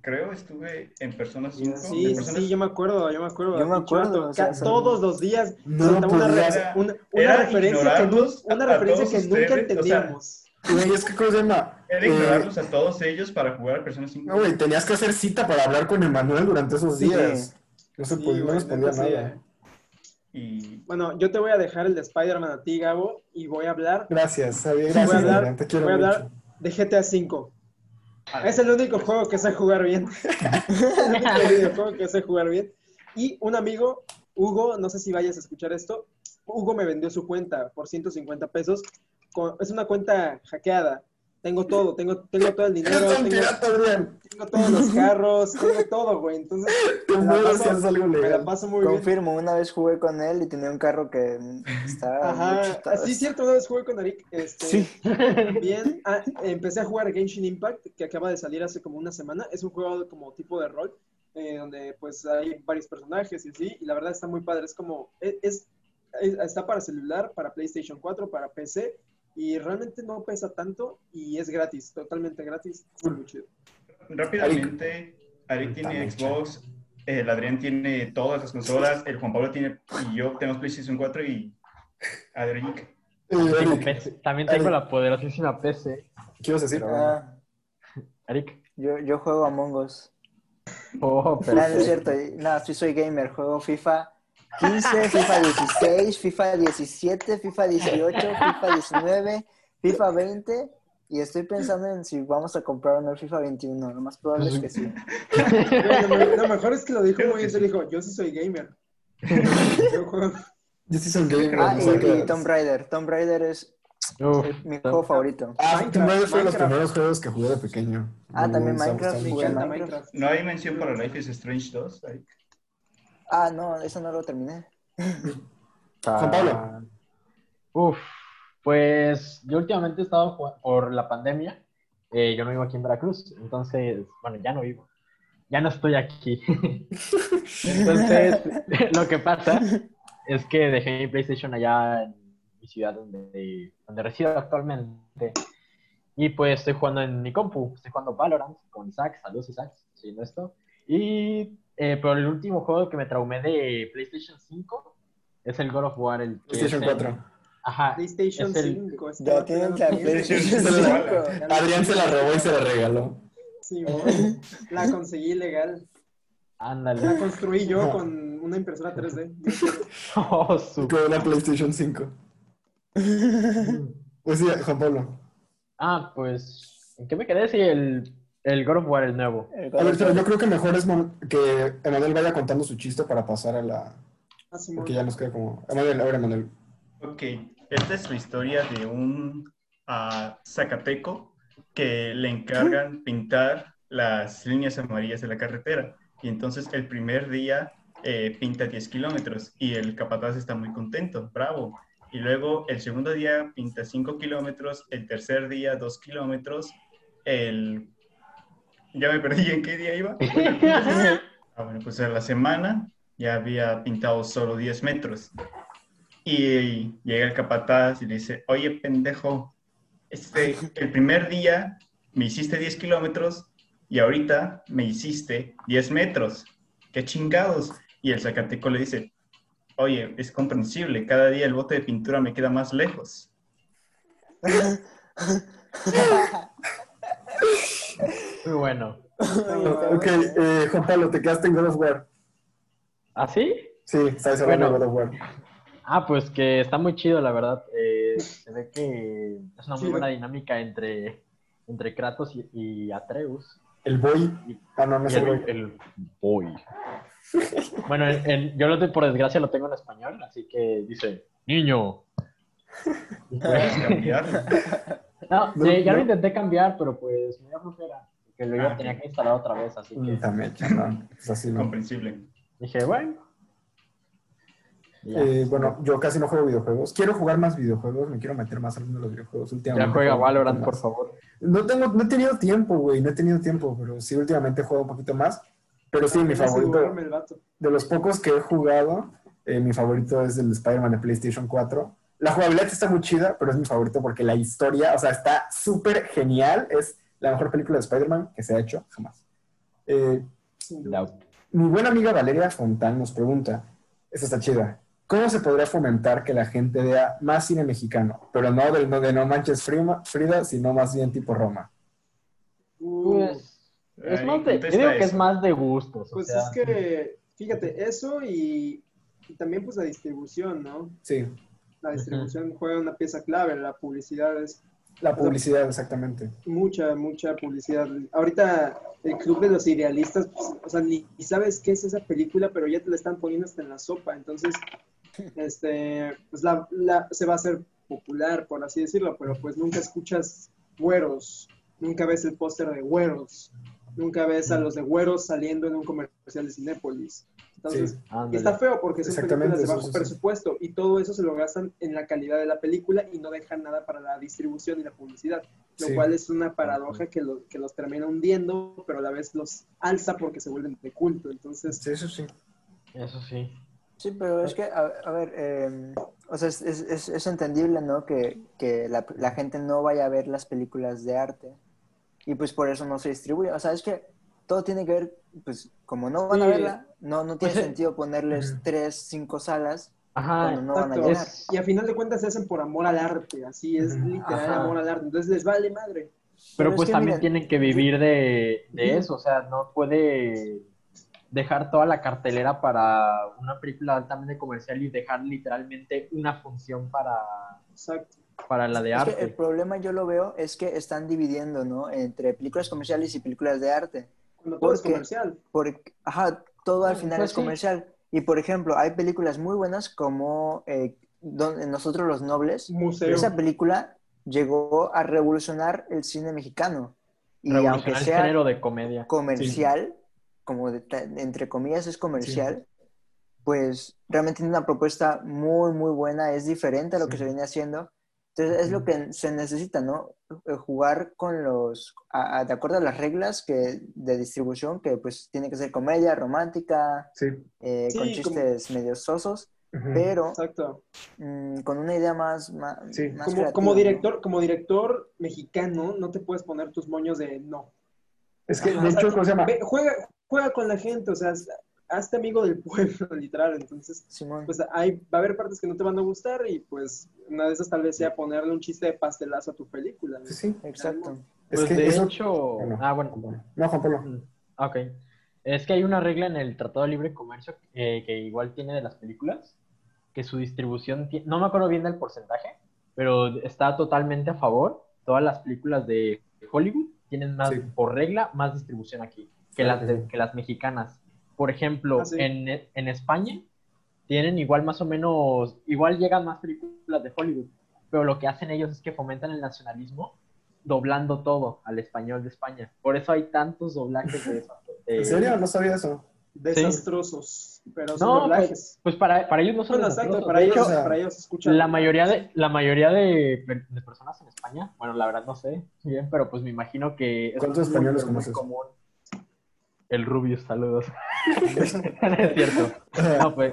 creo, estuve en Persona 5.
Sí,
en Persona
sí, yo me acuerdo, yo me acuerdo.
Yo me
Pinche
acuerdo,
vato,
o sea,
ca- todos los días
No
soltaba una,
podías-
re- una, una
era
referencia que, nu-
ignorarlos
una
a- a
referencia
todos
que
ustedes,
nunca
o sea,
entendíamos.
Güey, es que, ¿cómo se llama?
Era
Mm.
Eh,
ignorarlos a todos ellos para jugar a Persona 5.
no, güey, tenías que hacer cita para hablar con Emanuel durante esos
Sí.
días. No se
Sí,
podía, no
güey,
nos podía
neta, sí,
nada.
eh.
Y
Bueno, yo te voy a dejar el de Spider-Man a ti, Gabo, y voy a hablar
Gracias, Javier,
Sí, voy a
gracias,
hablar-
Adrián, te quiero
voy a hablar-
mucho.
de GTA V.
Ah,
Es el único juego que sé jugar bien. el único videojuego que sé jugar bien. Y un amigo, Hugo, no sé si vayas a escuchar esto, Hugo me vendió su cuenta por 150 pesos. Con- es una cuenta hackeada. Tengo todo, tengo, tengo todo el dinero,
Eres un
tengo,
pirata, Adrián.
tengo todos los carros, tengo todo, güey. Entonces,
Te
me la
muero
paso-
si haces algo
me la
legal.
paso muy bien.
Confirmo, una vez jugué con él y tenía un carro que estaba muy
Ajá,
chistoso.
así es cierto, una vez jugué con Arik. Este,
Ah, Sí.
Bien, ah, empecé a jugar Genshin Impact, que acaba de salir hace como una semana. Es un juego como tipo de rol, eh, donde pues hay varios personajes y así, y la verdad está muy padre. Es como, es, es- es- está para celular, para PlayStation 4, para PC, y realmente no pesa tanto y es gratis, totalmente gratis. Está muy chido.
rápidamente, Ari tiene
Puta
Xbox, el Adrián tiene todas las consolas, el Juan Pablo tiene y yo tenemos PlayStation 4 y Adrián.
Eh,
Tengo
Eric,
PC. También tengo
Eric.
la poderosísima PC.
¿Qué ibas a decir?
Ah,
Eric.
yo, yo juego Among Us.
Oh,
No, no es
perfecto.
cierto. No, sí soy gamer. Juego FIFA 15, FIFA 16, FIFA 17, FIFA 18, FIFA 19, FIFA 20. Y estoy pensando en si vamos a comprar o no el FIFA 21. Lo más probable es que sí. Ah,
Bueno, me- lo mejor es que lo dijo
Creo
muy
que
bien, se
sí.
dijo, yo sí soy gamer. Yo juego-
Yo sí soy gamer.
Ah,
no
y,
sé qué
y
eres.
Tomb Raider. Tomb Raider es
Uf,
el- mi
Tom-
juego favorito.
Ah,
Minecraft,
Tomb Raider fue de los
Minecraft.
primeros juegos que jugué de pequeño.
Ah,
Me
también
gustaba
Minecraft
Me
bastante.
jugué.
encanta
Minecraft.
Minecraft.
No hay mención para Life is Strange 2. Ari.
Ah, no, eso no lo terminé.
Juan Pablo.
Ah, Uf, pues yo últimamente he estado jugando por la pandemia. eh, yo no vivo aquí en Veracruz, entonces, bueno, ya no vivo. Ya no estoy aquí. Entonces, lo que pasa es que dejé mi PlayStation allá en mi ciudad donde, donde resido actualmente. Y pues estoy jugando en mi compu, estoy jugando Valorant con Zack, saludos Zack, estoy en esto. Y, eh, pero el último juego que me traumé de PlayStation 5 es el God of War, el que
PlayStation
es el-
4.
Ajá,
PlayStation
Es el-
5. este
Ya
vato
tienen
no
la
tiene.
PlayStation 5.
Adrián se la robó y se la regaló.
Sí, güey. la conseguí ilegal. La
ándale.
construí yo con una impresora 3D.
Oh, su-
Con una PlayStation 5. Pues sí, Juan Pablo.
Ah, pues, ¿en qué me quedé? Sí, el, el God of War, el nuevo.
El God
A ver,
of War.
pero yo creo que mejor es mom- que Emanuel vaya contando su chiste para pasar a la...
Ah, sí,
Porque ya nos queda como... Emanuel, a ver, Emanuel.
Ok, esta es la historia de un ah, Zacateco que le encargan pintar las líneas amarillas de la carretera. Y entonces el primer día eh, pinta 10 kilómetros y el capataz está muy contento, bravo. Y luego el segundo día pinta 5 kilómetros, el tercer día 2 kilómetros, el... Ya me perdí en qué día iba. Ah, bueno, pues a la semana ya había pintado solo 10 metros. Y llega el capataz y le dice, oye, pendejo, este, el primer día me hiciste 10 kilómetros y ahorita me hiciste 10 metros. ¡Qué chingados! Y el Zacateco le dice, oye, es comprensible, cada día el bote de pintura me queda más lejos.
Muy bueno.
eh, Ok, eh, Juan Pablo, te quedaste en God of War.
¿Ah, sí?
Sí, sabes hablando
Bueno.
de God of War.
Ah, pues que está muy chido, la verdad. Eh, se ve que es una muy
Chido.
buena dinámica entre, entre Kratos y, y Atreus.
El boy. Ah, no, no es
Y
el
el,
boy.
el boy. Bueno, en- en- yo lo te- por desgracia lo tengo en español, así que dice, niño.
Puedes cambiar.
No,
No,
sí, ya
no.
lo intenté cambiar, pero pues me dio flojera. Que luego
Ah,
tenía
ok.
que instalar otra vez, así que
Mm, También, no, pues así no.
Comprensible.
dije, bueno. Ya.
Eh, bueno, yo casi no juego videojuegos. Quiero jugar más videojuegos, me quiero meter más al mundo de los videojuegos. Últimamente
ya juega
juego un
Valorant,
poco
por
más.
favor.
No, tengo, no he tenido tiempo, güey, no he tenido tiempo, pero sí, últimamente he jugado un poquito más. Pero sí, mi
Casi
favorito,
duerme el vato.
de los pocos que he jugado, eh, mi favorito es el Spider-Man de PlayStation 4. La jugabilidad está muy chida, pero es mi favorito porque la historia, o sea, está súper genial. Es la mejor película de Spider-Man que se ha hecho jamás. Eh,
Sin duda.
La-
mi buena amiga Valeria Fontán nos pregunta, esta está chida, ¿cómo se podría fomentar que la gente vea más cine mexicano? Pero no del no de No Manches Frima- Frida, sino más bien tipo Roma.
Uh,
Pues, es
Ahí
más de, yo
contesta
digo que es
eso.
más de gustos. o
pues
sea,
es que, fíjate, eso y, y también pues la distribución, ¿no?
Sí,
La distribución juega una pieza clave, la publicidad es
la publicidad, exactamente.
mucha, mucha publicidad. Ahorita el Club de los Idealistas, pues, o sea, ni, ni sabes qué es esa película, pero ya te la están poniendo hasta en la sopa. Entonces, este, pues la, la- se va a hacer popular, por así decirlo, pero pues nunca escuchas güeros, nunca ves el póster de güeros, nunca ves a los de güeros saliendo en un comercial de Cinépolis. Entonces,
Sí.
ándale.
y está feo porque son
Exactamente,
películas de
eso,
bajo
eso, sí.
presupuesto y todo eso se lo gastan en la calidad de la película y no dejan nada para la distribución y la publicidad, lo
Sí.
cual es una paradoja que, lo- que los termina hundiendo, pero a la vez los alza porque se vuelven de culto. Entonces,
Sí, eso sí.
Eso sí.
Sí, pero es que, a, a ver, eh, o sea, es, es- es- es entendible, ¿no? Que, que la, la gente no vaya a ver las películas de arte y pues por eso no se distribuye. O sea, es que todo tiene que ver, pues como no van a
Sí.
verla, no, no tiene
Pues, eh,
sentido ponerles tres, cinco salas
Ajá.
cuando no van a
exacto.
llenar.
Ah, es-
y a final de cuentas se hacen por amor al arte, así es
Ujú.
literal
Ajá.
amor al arte. Entonces les vale madre.
Pero,
Pero es
pues
que,
también
miren,
tienen que vivir de, de
Ujú.
eso, o sea, no puede dejar toda la cartelera para una película altamente comercial y dejar literalmente una función para,
Exacto.
para la de
Es que eh,
arte.
el problema yo lo veo es que están dividiendo, ¿no? Entre películas comerciales y películas de arte.
Cuando todo es
Porque-
comercial.
porque, ajá, todo al
Ah,
final
pues
es
sí.
comercial. Y por ejemplo, hay películas muy buenas como eh, Don- Nosotros los Nobles.
Museo.
Esa película llegó a revolucionar el cine mexicano. Y aunque
Revolucionar el
sea
género de comedia.
comercial, como de ta- entre comillas es comercial, pues realmente tiene una propuesta muy, muy buena, es diferente a lo que
Sí.
se viene haciendo. Entonces es lo que se necesita, ¿no? Eh, Jugar con los, a- a- de acuerdo a las reglas que, de distribución, que pues tiene que ser comedia romántica,
Sí.
eh,
Sí,
con
como-
chistes medio sosos,
Ujú.
pero
Exacto.
mm, con una idea más, más,
Sí.
más
Como,
creativa,
como
¿no?
director, como director mexicano, no te puedes poner tus moños de no.
Es que,
Ajá,
de
o sea,
hecho, ¿cómo se llama?
Ve, juega, juega con la gente, o sea, haz- hazte amigo del pueblo, literal. Entonces,
Simón.
pues hay, va a haber partes que no te van a gustar y pues una de esas tal vez sea ponerle un chiste de pastelazo a tu película. ¿no?
Sí, sí.
Exacto.
Es
Pues,
que
de
eso...
hecho,
Bueno.
ah, bueno,
No, Juan Pablo.
Ah, Ok. Es que hay una regla en el Tratado de Libre Comercio eh, que igual tiene de las películas, que su distribución, ti- no me acuerdo bien del porcentaje, pero está totalmente a favor. Todas las películas de Hollywood tienen más,
Sí.
por regla, más distribución aquí que
Claro
las,
que
de-
sí.
que las mexicanas. Por ejemplo,
Ah, sí.
en, en España tienen igual más o menos, igual llegan más películas de Hollywood, pero lo que hacen ellos es que fomentan el nacionalismo doblando todo al español de España. Por eso hay tantos doblajes de eso. Eh,
¿En serio? No sabía eso.
Desastrosos, pero son
No,
doblajes.
Pues para, para ellos no son
Bueno,
desastrosos.
exacto, para
De
ellos,
hecho,
o sea,
para ellos escuchan.
la mayoría, de, la mayoría de, per- de personas en España, bueno, la verdad no sé bien, pero pues me imagino que... es
¿Cuántos
muy,
españoles
muy
conoces?
común. El Rubius, saludos. no es cierto. No, pues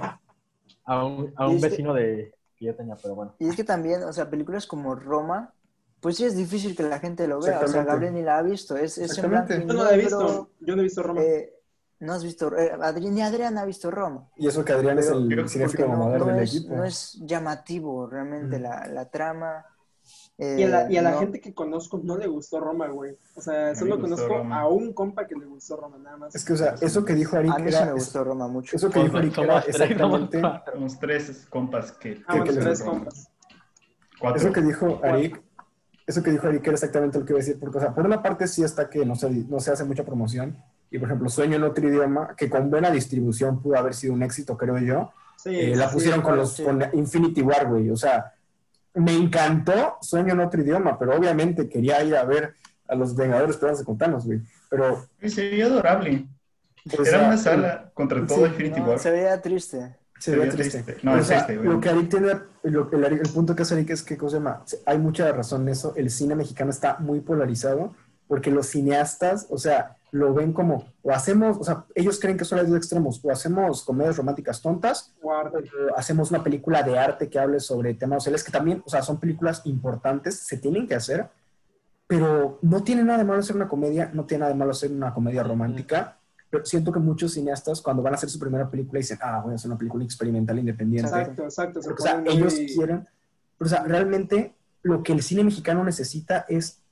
a un, a un
Este
Y es que-
vecino de que yo tenía, pero bueno.
Y es que también, o sea, películas como Roma, pues sí es difícil que la gente lo vea. O sea,
Exactamente.
Gabriel ni la ha visto. Es, es en blanco
Exactamente.
y
Yo no la he
negro.
visto, yo no he visto Roma.
Eh, no has visto, eh, Adrián, ni Adrián ha visto Roma.
Y eso que Adrián es
Pero-
el
porque
cinéfilo
Porque no,
mamador
no
del
es,
equipo.
no es llamativo realmente
Mm.
la, la trama. Eh,
Y a la, y a la
no.
gente que conozco no le gustó Roma, güey. O sea,
mí
solo
me gustó
conozco
Roma.
a un compa que le gustó Roma, nada más.
Es que, o sea, eso que dijo
A
Arik
mí sí
era.
me gustó Roma mucho.
Eso que dijo
Somos-
Arik era
somos tres, somos
exactamente.
cuatro.
Unos tres compas que...
Ah, bueno,
que les
tres
Roma.
compas.
Cuatro.
Eso que dijo Arik, eso que dijo Arik era exactamente lo que iba a decir, porque, o sea, por una parte sí está que no se, no se hace mucha promoción, y por ejemplo, Sueño en otro idioma, que con buena distribución pudo haber sido un éxito, creo yo,
Sí,
eh, la
sí,
pusieron con,
claro,
los,
sí.
con la Infinity War, güey, o sea, me encantó Sueño en otro idioma, pero obviamente quería ir a ver a los Vengadores Esperanza de Contanos, güey, pero...
Se veía adorable.
o
Era
sea,
una sala contra todo
sí,
Infinity
No,
War.
se veía triste.
Se
Sería
ve triste.
triste. No,
O
es
sea,
triste, güey.
Lo que Arik tiene, lo que el, Arik- el punto que hace Arik es que, ¿cómo se llama? Hay mucha razón en eso. El cine mexicano está muy polarizado porque los cineastas, o sea, lo ven como, o hacemos, o sea, ellos creen que solo hay dos extremos, o hacemos comedias románticas tontas,
Guarda.
o hacemos una película de arte que hable sobre temas sociales, que también, o sea, son películas importantes, se tienen que hacer, pero no tiene nada de malo hacer una comedia, no tiene nada de malo hacer una comedia romántica. Pero siento que muchos cineastas, cuando van a hacer su primera película, dicen, ah, voy a hacer una película experimental independiente.
Exacto, exacto. se
O sea,
ponen
ellos
muy-
quieren. Pero, o sea, realmente lo que el cine mexicano necesita es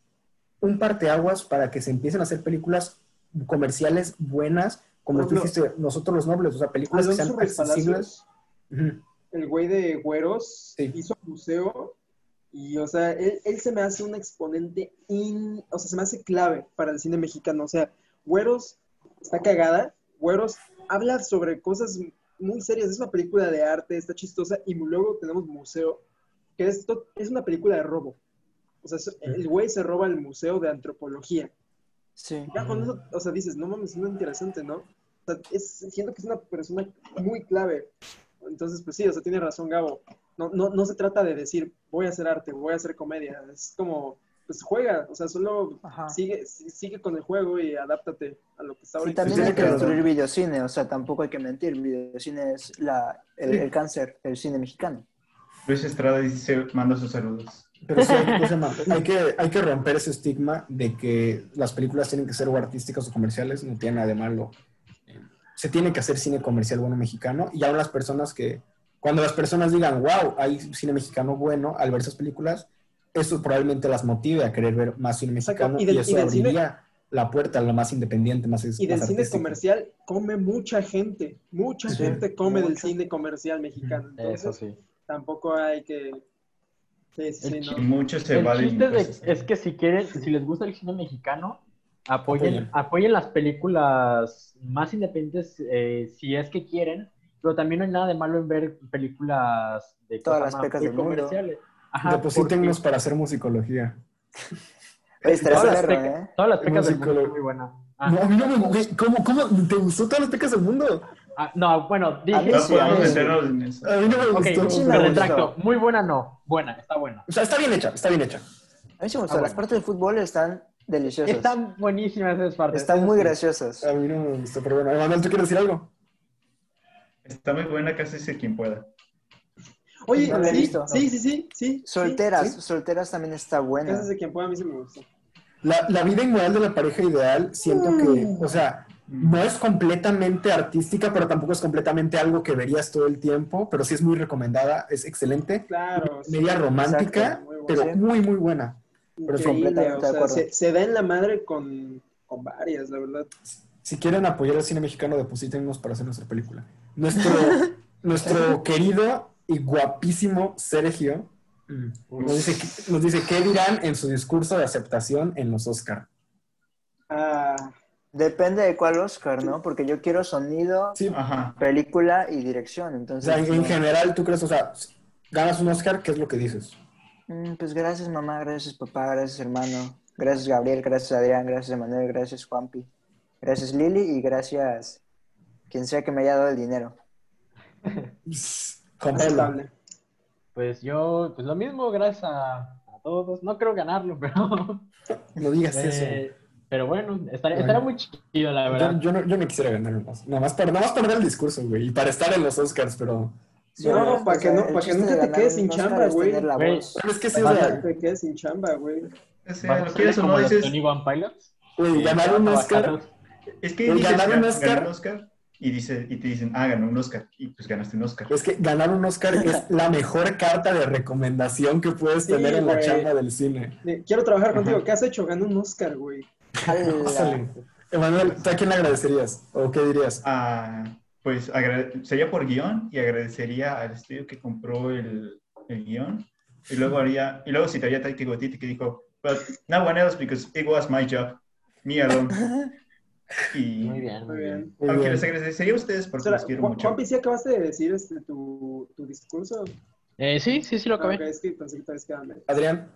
un parteaguas para que se empiecen a hacer películas comerciales buenas, como
Por
tú
ejemplo,
dijiste, nosotros los nobles, o sea, películas que
Alonso
sean
Ruiz
accesibles.
Palacios,
Ujú.
el güey de Güeros,
Sí.
hizo museo y, o sea, él, él se me hace un exponente, in- o sea, se me hace clave para el cine mexicano. O sea, Güeros está cagada, Güeros habla sobre cosas muy serias, es una película de arte, está chistosa y luego tenemos museo, que es, to- es una película de robo. O sea, es- el güey se roba el museo de antropología.
Sí.
Ya con eso, o sea, dices, no mames, suena interesante, ¿no? O sea, es, siento que es una persona muy clave. Entonces, pues sí, o sea, tiene razón Gabo. No, no, no se trata de decir, voy a hacer arte, voy a hacer comedia. Es como, pues juega, o sea, solo
Ajá.
sigue, si- sigue con el juego y adáptate a lo que está
Y
ahorita.
también
tiene
hay que
que ver.
destruir videocine, o sea, tampoco hay que mentir. Videocine es la, el, el cáncer del cine mexicano.
Luis Estrada dice, manda sus saludos.
Pero sí, ¿cómo se llama? hay, que, hay que romper ese estigma de que las películas tienen que ser o artísticas o comerciales, no tiene nada de malo. Se tiene que hacer cine comercial bueno mexicano y ahora las personas que, cuando las personas digan, wow, hay cine mexicano bueno al ver esas películas, eso probablemente las motive a querer ver más cine
Exacto,
mexicano
y
y,
del-
eso
y del cine-
abriría la puerta a lo más independiente, más
Y del
más
cine
artístico.
comercial come mucha gente. Mucha
Sí,
gente come del
mucho.
cine comercial mexicano. Entonces,
Eso sí.
tampoco hay que... Sí, sí,
El
sí,
Y
no.
mucho se pues,
El
va de
chiste es,
impuestos. ¿eh?
de- es que si quieren, si les gusta el cine mexicano, apoyen,
Apoyen.
apoyen las películas más independientes eh, si es que quieren, pero también no hay nada de malo en ver películas de
Todas
cosa
las
más
pecas
muy
del mundo.
comerciales. Ajá,
Deposítennos para hacer musicología. Eh,
Oye,
porque
estará
todas, las
perro,
pecas-
¿eh?
todas las pecas del
Musicólogo.
mundo son muy buenas. Ah,
No, a mí no me güey, ¿Cómo, cómo? ¿Te gustó todas las tecas del mundo?
ah, no, bueno, dije,
mí
No
sí,
podemos
sí.
meternos en eso.
A mí no me
ok,
gustó.
sí,
me
me
retracto,
gustó.
muy buena no, buena, está buena.
O sea, está bien hecha, está bien hecha.
A mí sí me gustó.
Ah,
Las
bueno.
partes de fútbol están deliciosas. Están,
Están buenísimas esas partes.
muy graciosas.
A mí no me gustó, pero bueno, Manuel, ¿tú quieres decir algo?
Está muy buena, casi dice quien pueda.
Oye,
No la he
sí,
visto.
sí, sí, sí, sí.
Solteras,
sí.
solteras también está buena.
Casas de quien pueda, a mí sí me gusta.
La, la vida inmoral de la pareja ideal, siento que, o sea, no es completamente artística, pero tampoco es completamente algo que verías todo el tiempo, pero sí es muy recomendada, es excelente.
Claro. sí,
Media romántica,
Exacto,
muy buena.
pero muy, muy buena. pero es
increíble,
completamente de
o sea,
acuerdo.
se, se da en la madre con, con varias, la verdad.
Si quieren apoyar al cine mexicano, deposítennos para hacer nuestra película. Nuestro, nuestro querido y guapísimo Sergio mm, nos dice, que- nos dice qué dirán en su discurso de aceptación en los Oscar.
Ah,
Depende de cuál Oscar, ¿no? Porque yo quiero sonido,
Sí,
Ajá.
película y dirección.
O sea,
Entonces,
en, en
no.
general, ¿tú crees? O sea, ganas un Oscar, ¿qué es lo que dices?
Mm, pues gracias mamá, gracias papá, gracias hermano, gracias Gabriel, gracias Adrián, gracias Manuel, gracias Juanpi, gracias Lili y gracias quien sea que me haya dado el dinero.
Juan Pablo.
aceptable.
Pues yo, pues lo mismo, gracias a, a todos. No creo ganarlo, pero.
No digas eso.
eh, pero bueno, estará,
Bueno.
estará muy chido, la verdad.
Yo, yo no, yo no quisiera ganar más. Nada más, para, nada más para ver el discurso, güey. Y para estar en los Oscars, pero.
No, para que no-
el
para que
chiste
nunca
de
te
ganar
quedes
un
sin
Oscar
chamba,
es
güey.
tener la
Güey.
voz.
Pero es que sí, o sea,
Para que te quedes sin chamba, güey.
O sea,
Vas a
lo
hacerle
quieres o no
como los
dices,
Tony One Pilots?
güey, ganar un
Trabajar
Oscar.
los-
es que
El
dices,
ganar Pues un
"Gan-
Oscar".
ganar un Oscar y, dice, y te dicen, ah, ganó un Oscar. Y pues ganaste un Oscar.
Es que ganar un Oscar es la mejor carta de recomendación que puedes
Sí,
tener en la
güey.
chamba del cine.
De, Eh, Quiero trabajar
Ajá.
contigo. ¿Qué has hecho? Gané un Oscar, güey.
Pásale. Emanuel, ¿tú a quién le agradecerías? ¿O qué dirías?
Ah, pues agra- sería por guión y agradecería al estudio que compró el, el guión. Y luego haría, y luego citaría a Taika Waititi que dijo, but no one else because it was my job, me alone. Y
Muy bien,
Muy
muy bien.
bien.
Muy
aunque
bien.
les agradecería a ustedes porque
Espera,
los quiero
Juan,
mucho.
Juanpi, ¿sí acabaste de decir este, tu, tu discurso?
Eh, sí, sí, sí lo
Ah,
acabé.
ok, es que pensé que te habías quedado en medio.
Adrián,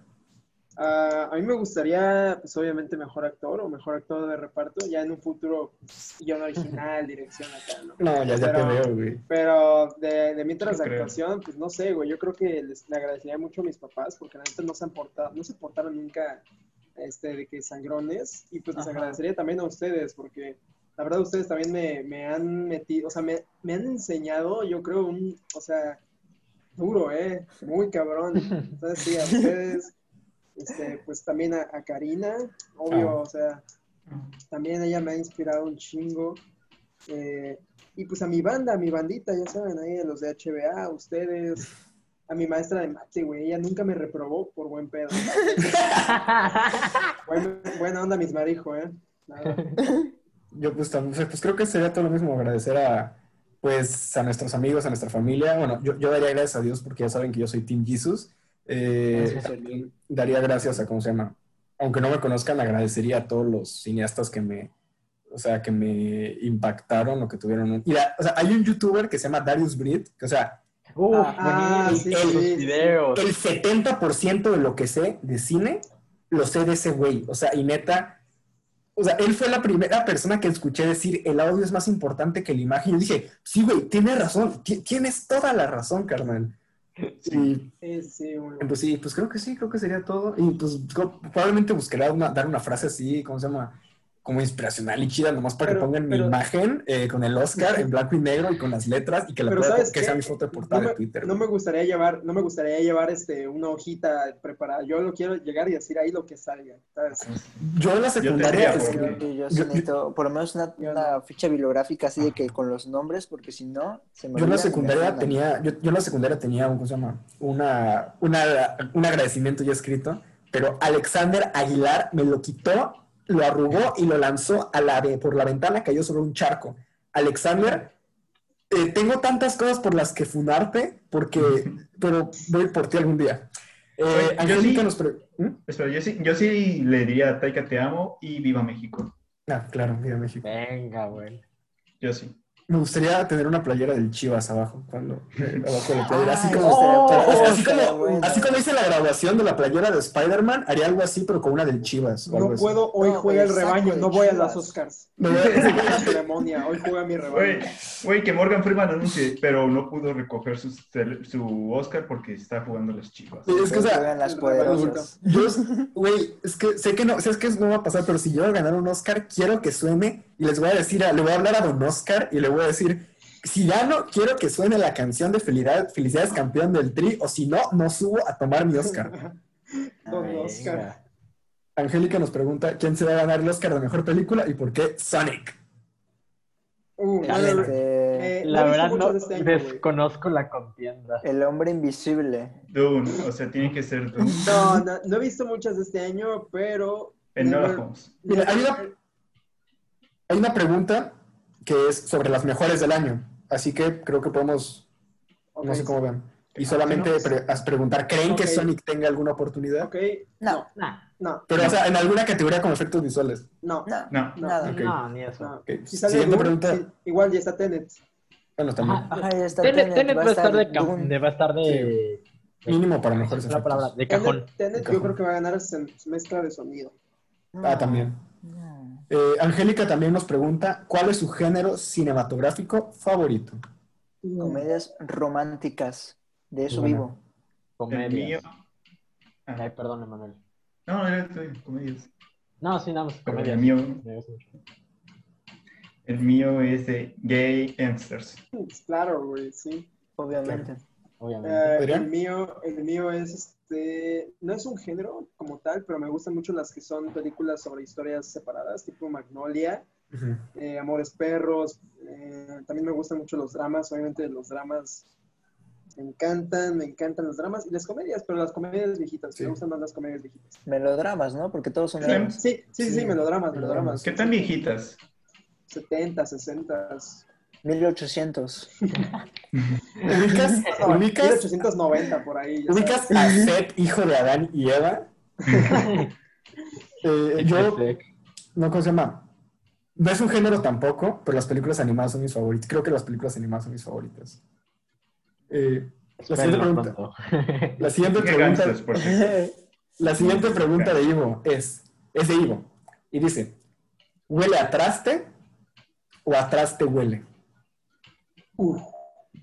Ah, a mí me gustaría, pues obviamente, mejor actor o mejor actor de reparto, ya en un futuro pues, guión original, dirección acá, ¿no?
no, ya, ya te
Pero-
veo, güey.
Pero de, de mientras
Yo
de
creo.
actuación, pues no sé, güey. Yo creo que les, le agradecería mucho a mis papás porque la neta no se han portado, no se portaron nunca este, de que sangrones. Y pues les
Ajá.
agradecería también a ustedes porque la verdad ustedes también me, me han metido, o sea, me, me han enseñado, yo creo, un, o sea, duro, ¿eh? Muy cabrón. Entonces sí, a ustedes. Este, pues también a, a Karina, obvio,
Ah.
o sea, también ella me ha inspirado un chingo. Eh, y pues a mi banda, a mi bandita, ya saben, ahí a los de HBA, a ustedes, a mi maestra de mate, güey, ella nunca me reprobó por buen pedo. Buen- buena onda, mis marijo, ¿eh? Nada.
Yo pues, tam- o sea, pues creo que sería todo lo mismo agradecer a pues a nuestros amigos, a nuestra familia. Bueno, yo, yo daría gracias a Dios porque ya saben que yo soy Team Jesus. Eh,
Gracias.
también daría gracias a, ¿cómo se llama? Aunque no me conozcan, agradecería a todos los cineastas que me, o sea, que me impactaron o que tuvieron un... Mira, o sea, hay un youtuber que se llama Darius Brit, que o sea,
Uf,
Ah,
buenísimo.
sí,
Sus
sí, sí.
videos.
el 70% de lo que sé de cine lo sé de ese güey. O sea, y neta, o sea, él fue la primera persona que escuché decir el audio es más importante que la imagen. Y dije, sí, güey, tienes razón, ti- tienes toda la razón, carnal. Y
Sí, sí, muy bueno.
pues sí, pues creo que sí, creo que sería todo. Y pues co- probablemente buscará una, dar una frase así, ¿cómo se llama? Como inspiracional y chida, nomás para
Pero-
que pongan
pero-
mi imagen eh, con el Oscar en blanco y negro y con las letras y que, la
Pero
pueda-
¿sabes
que
qué?
sea mi foto de portada
No me-
de Twitter.
No me gustaría llevar, no me gustaría llevar este, una hojita preparada. Yo lo quiero llegar y decir ahí lo que salga, ¿sabes?
Ah, Yo en la secundaria
tendría,
escribí-
Yo, yo sí
Yo- yo-
necesito por lo menos una,
Yo
una ficha bibliográfica así de que con los nombres, porque si no, se me
Yo en la
olvida y me
secundaria
afundan.
tenía, yo, yo en la secundaria tenía un, ¿cómo se llama? Una, una- un agradecimiento ya escrito, pero Alexander Aguilar me lo quitó, lo arrugó y lo lanzó a la ve- por la ventana, cayó sobre un charco. Alexander, eh, tengo tantas cosas por las que fundarte, porque, pero voy por ti algún día. Eh,
Oye, yo
Angélica
sí-
nos pre- ¿Mm?
Espera, yo sí, yo sí le diría a Taika te amo y viva México.
Ah, claro, mira México.
Venga, güey.
Yo sí.
Me gustaría tener una playera del Chivas abajo, cuando, eh, abajo de la playera, así
Ay,
como
estaría
Pero
padre,
así- así,
estaría
como,
bueno.
así como hice la graduación de la playera de Spider-Man, haría algo así, pero con una del Chivas. o algo
No
así.
puedo, hoy
No,
juega
el
el
saco
rebaño,
de
no voy a
Chivas.
las Oscars.
Me voy a-
Hoy juega su demonia, hoy juega
Güey,
mi rebaño.
güey, que Morgan Freeman anuncie, pero no pudo recoger su, su Oscar porque está jugando las chivas.
es que, o sea,
Juegan las
el rebaño
poderosas.
yo, güey, es que sé que no, sé que no va a pasar, pero si yo ganar un Oscar, quiero que suene y les voy a decir, a- le voy a hablar a Don Oscar y le voy a decir, si gano, quiero que suene la canción de Felicidad, Felicidades Campeón del Tri, o si no, no subo a tomar mi Oscar.
Don
Venga.
Oscar.
Angélica nos pregunta quién se va a ganar el Oscar de mejor película y por qué Sonic.
Uh,
La
bueno,
neta.
Este,
eh,
La
he visto
verdad
muchas
no
de este año, güey.
desconozco la contienda.
el hombre invisible.
Dune, o sea, tiene que ser Dune.
No, no, no he visto muchas de este año, pero.
El
Never-
Nola Holmes.
Mira, hay una, hay una pregunta que es sobre las mejores del año, así que creo que podemos,
Ok, pues,
no sé cómo vean, y solamente
Ah, no,
pre- as- preguntar, ¿creen
Ok.
que Sonic tenga alguna oportunidad?
ok,
No,
Nah,
no,
Pero, o sea, en alguna categoría como efectos visuales.
no.
no,
No.
No.
nada.
Ok.
no, ni eso.
no.
Ok,
Si sale
Siguiente
Dune,
pregunta.
sí, igual ya está Tenet.
Bueno, también.
Ah,
Ajá, ya está.
Tenet,
Tenet,
Tenet va a estar de, cam-
Dune.
de- va a estar de,
Sí.
de-
Mínimo para mejores
es la palabra,
efectos.
de cajón.
Tenet, Tenet yo
Cajón.
creo que va a ganar sen- mezcla de sonido.
Ah, también.
No.
Eh, Angélica también nos pregunta, ¿cuál es su género cinematográfico favorito?
Mm.
Comedias románticas. De eso
Bueno.
vivo.
El mío.
Comedias.
Ah,
Ay, perdón, Emanuel.
no, era tuyo, comedias.
No, sí, nada más
Pero
comedias.
el mío,
Me gusta mucho.
el mío es de Gay Hamsters.
Claro, güey, sí.
Obviamente.
Obviamente.
Eh,
¿Podría?
el, mío, el mío es este. No es un género como tal, pero me gustan mucho las que son películas sobre historias separadas, tipo Magnolia.
Ujú.
eh, Amores Perros. eh, también me gustan mucho los dramas. Obviamente los dramas me encantan, me encantan los dramas y las comedias, pero las comedias viejitas.
Sí.
Me gustan más las comedias viejitas.
Melodramas, ¿no? Porque todos son
Sí.
dramas.
Sí, sí, sí,
Sí. Melodramas.
melodramas, melodramas.
¿Qué tan viejitas?
70, 60.
1800.
¿Ubicas, ubicas,
1890 por ahí. ya
ubicas a Seth, hijo de Adán y Eva? Eh, yo,
Este,
no, ¿cómo se llama? No es un género tampoco, pero las películas animadas son mis favoritas. Creo que las películas animadas son mis favoritas. Eh, la siguiente
Espérenlo
pregunta.
pronto.
La siguiente
Qué
pregunta,
gangsters, por cierto.
Qué
la siguiente pregunta de Ivo es, es de Ivo, y dice, ¿huele a traste o a traste huele?
Uf,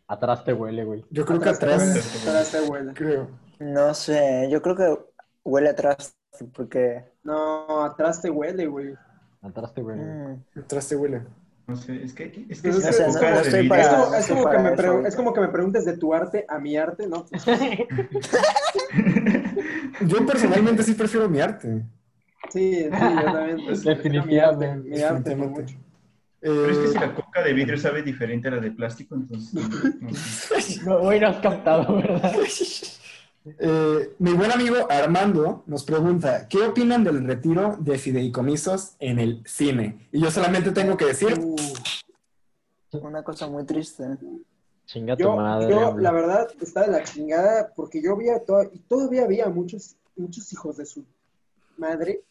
Atrás te huele, güey.
Yo creo
atrás,
que a traste,
atrás, atrás te huele.
creo.
No sé, yo creo que huele atrás porque...
No, atrás te huele, güey.
Atrás te huele.
Ah.
güey.
mm,
A traste huele.
No sé, es que, es que
Pero
sí
es
se
que-
busca
no,
la
estoy
bebida.
para-
es, como, es
soy
como que
para
me
eso
pre-
ahorita.
es como que me preguntes de tu arte a mi arte, ¿no? Pues,
Yo personalmente sí prefiero mi arte.
sí, sí, yo también. pues,
Definitivamente.
Mi arte, mi arte por
definitivamente.
mucho.
Pero es que si
Eh,
la coca de vidrio sabe diferente a la de plástico, entonces. no sé.
No, güey, no has captado, ¿verdad?
eh, mi buen amigo Armando nos pregunta, ¿qué opinan del retiro de fideicomisos en el cine? Y yo solamente tengo que decir,
Uh.
Una cosa muy triste.
Chinga tu
Yo,
madre.
yo,
hombre.
la verdad, está de la chingada porque yo veía toda- y todavía había muchos, muchos hijos de su madre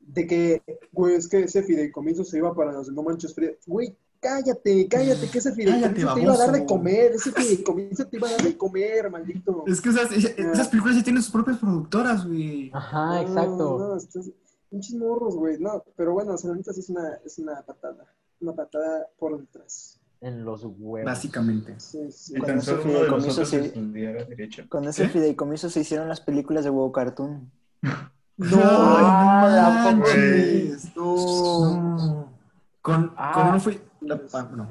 de que, güey, es que ese fideicomiso se iba para los no manches fríos. Güey, cállate, cállate, que ese fideicomiso
Cállate,
te iba a dar de
baboso.
comer, ese fideicomiso te iba a dar de comer, maldito.
es que esas, esas películas ya tienen sus propias productoras, güey.
Ajá,
No,
Ah, exacto.
no, estás- pinches morros, güey. No, pero bueno, o sea, la neta sí es una, es una patada. Una patada por detrás.
En los huevos.
Básicamente.
Sí, sí.
Si
Con
tan
ese
solo uno de
fideicomiso
nosotros
sí.
estudiara derecho.
Con ese
¿Eh?
fideicomiso se hicieron las películas de WoW Cartoon.
No,
Ah,
no
tampoco.
manches. No. Con,
Ah.
con no fui. la- ah, no.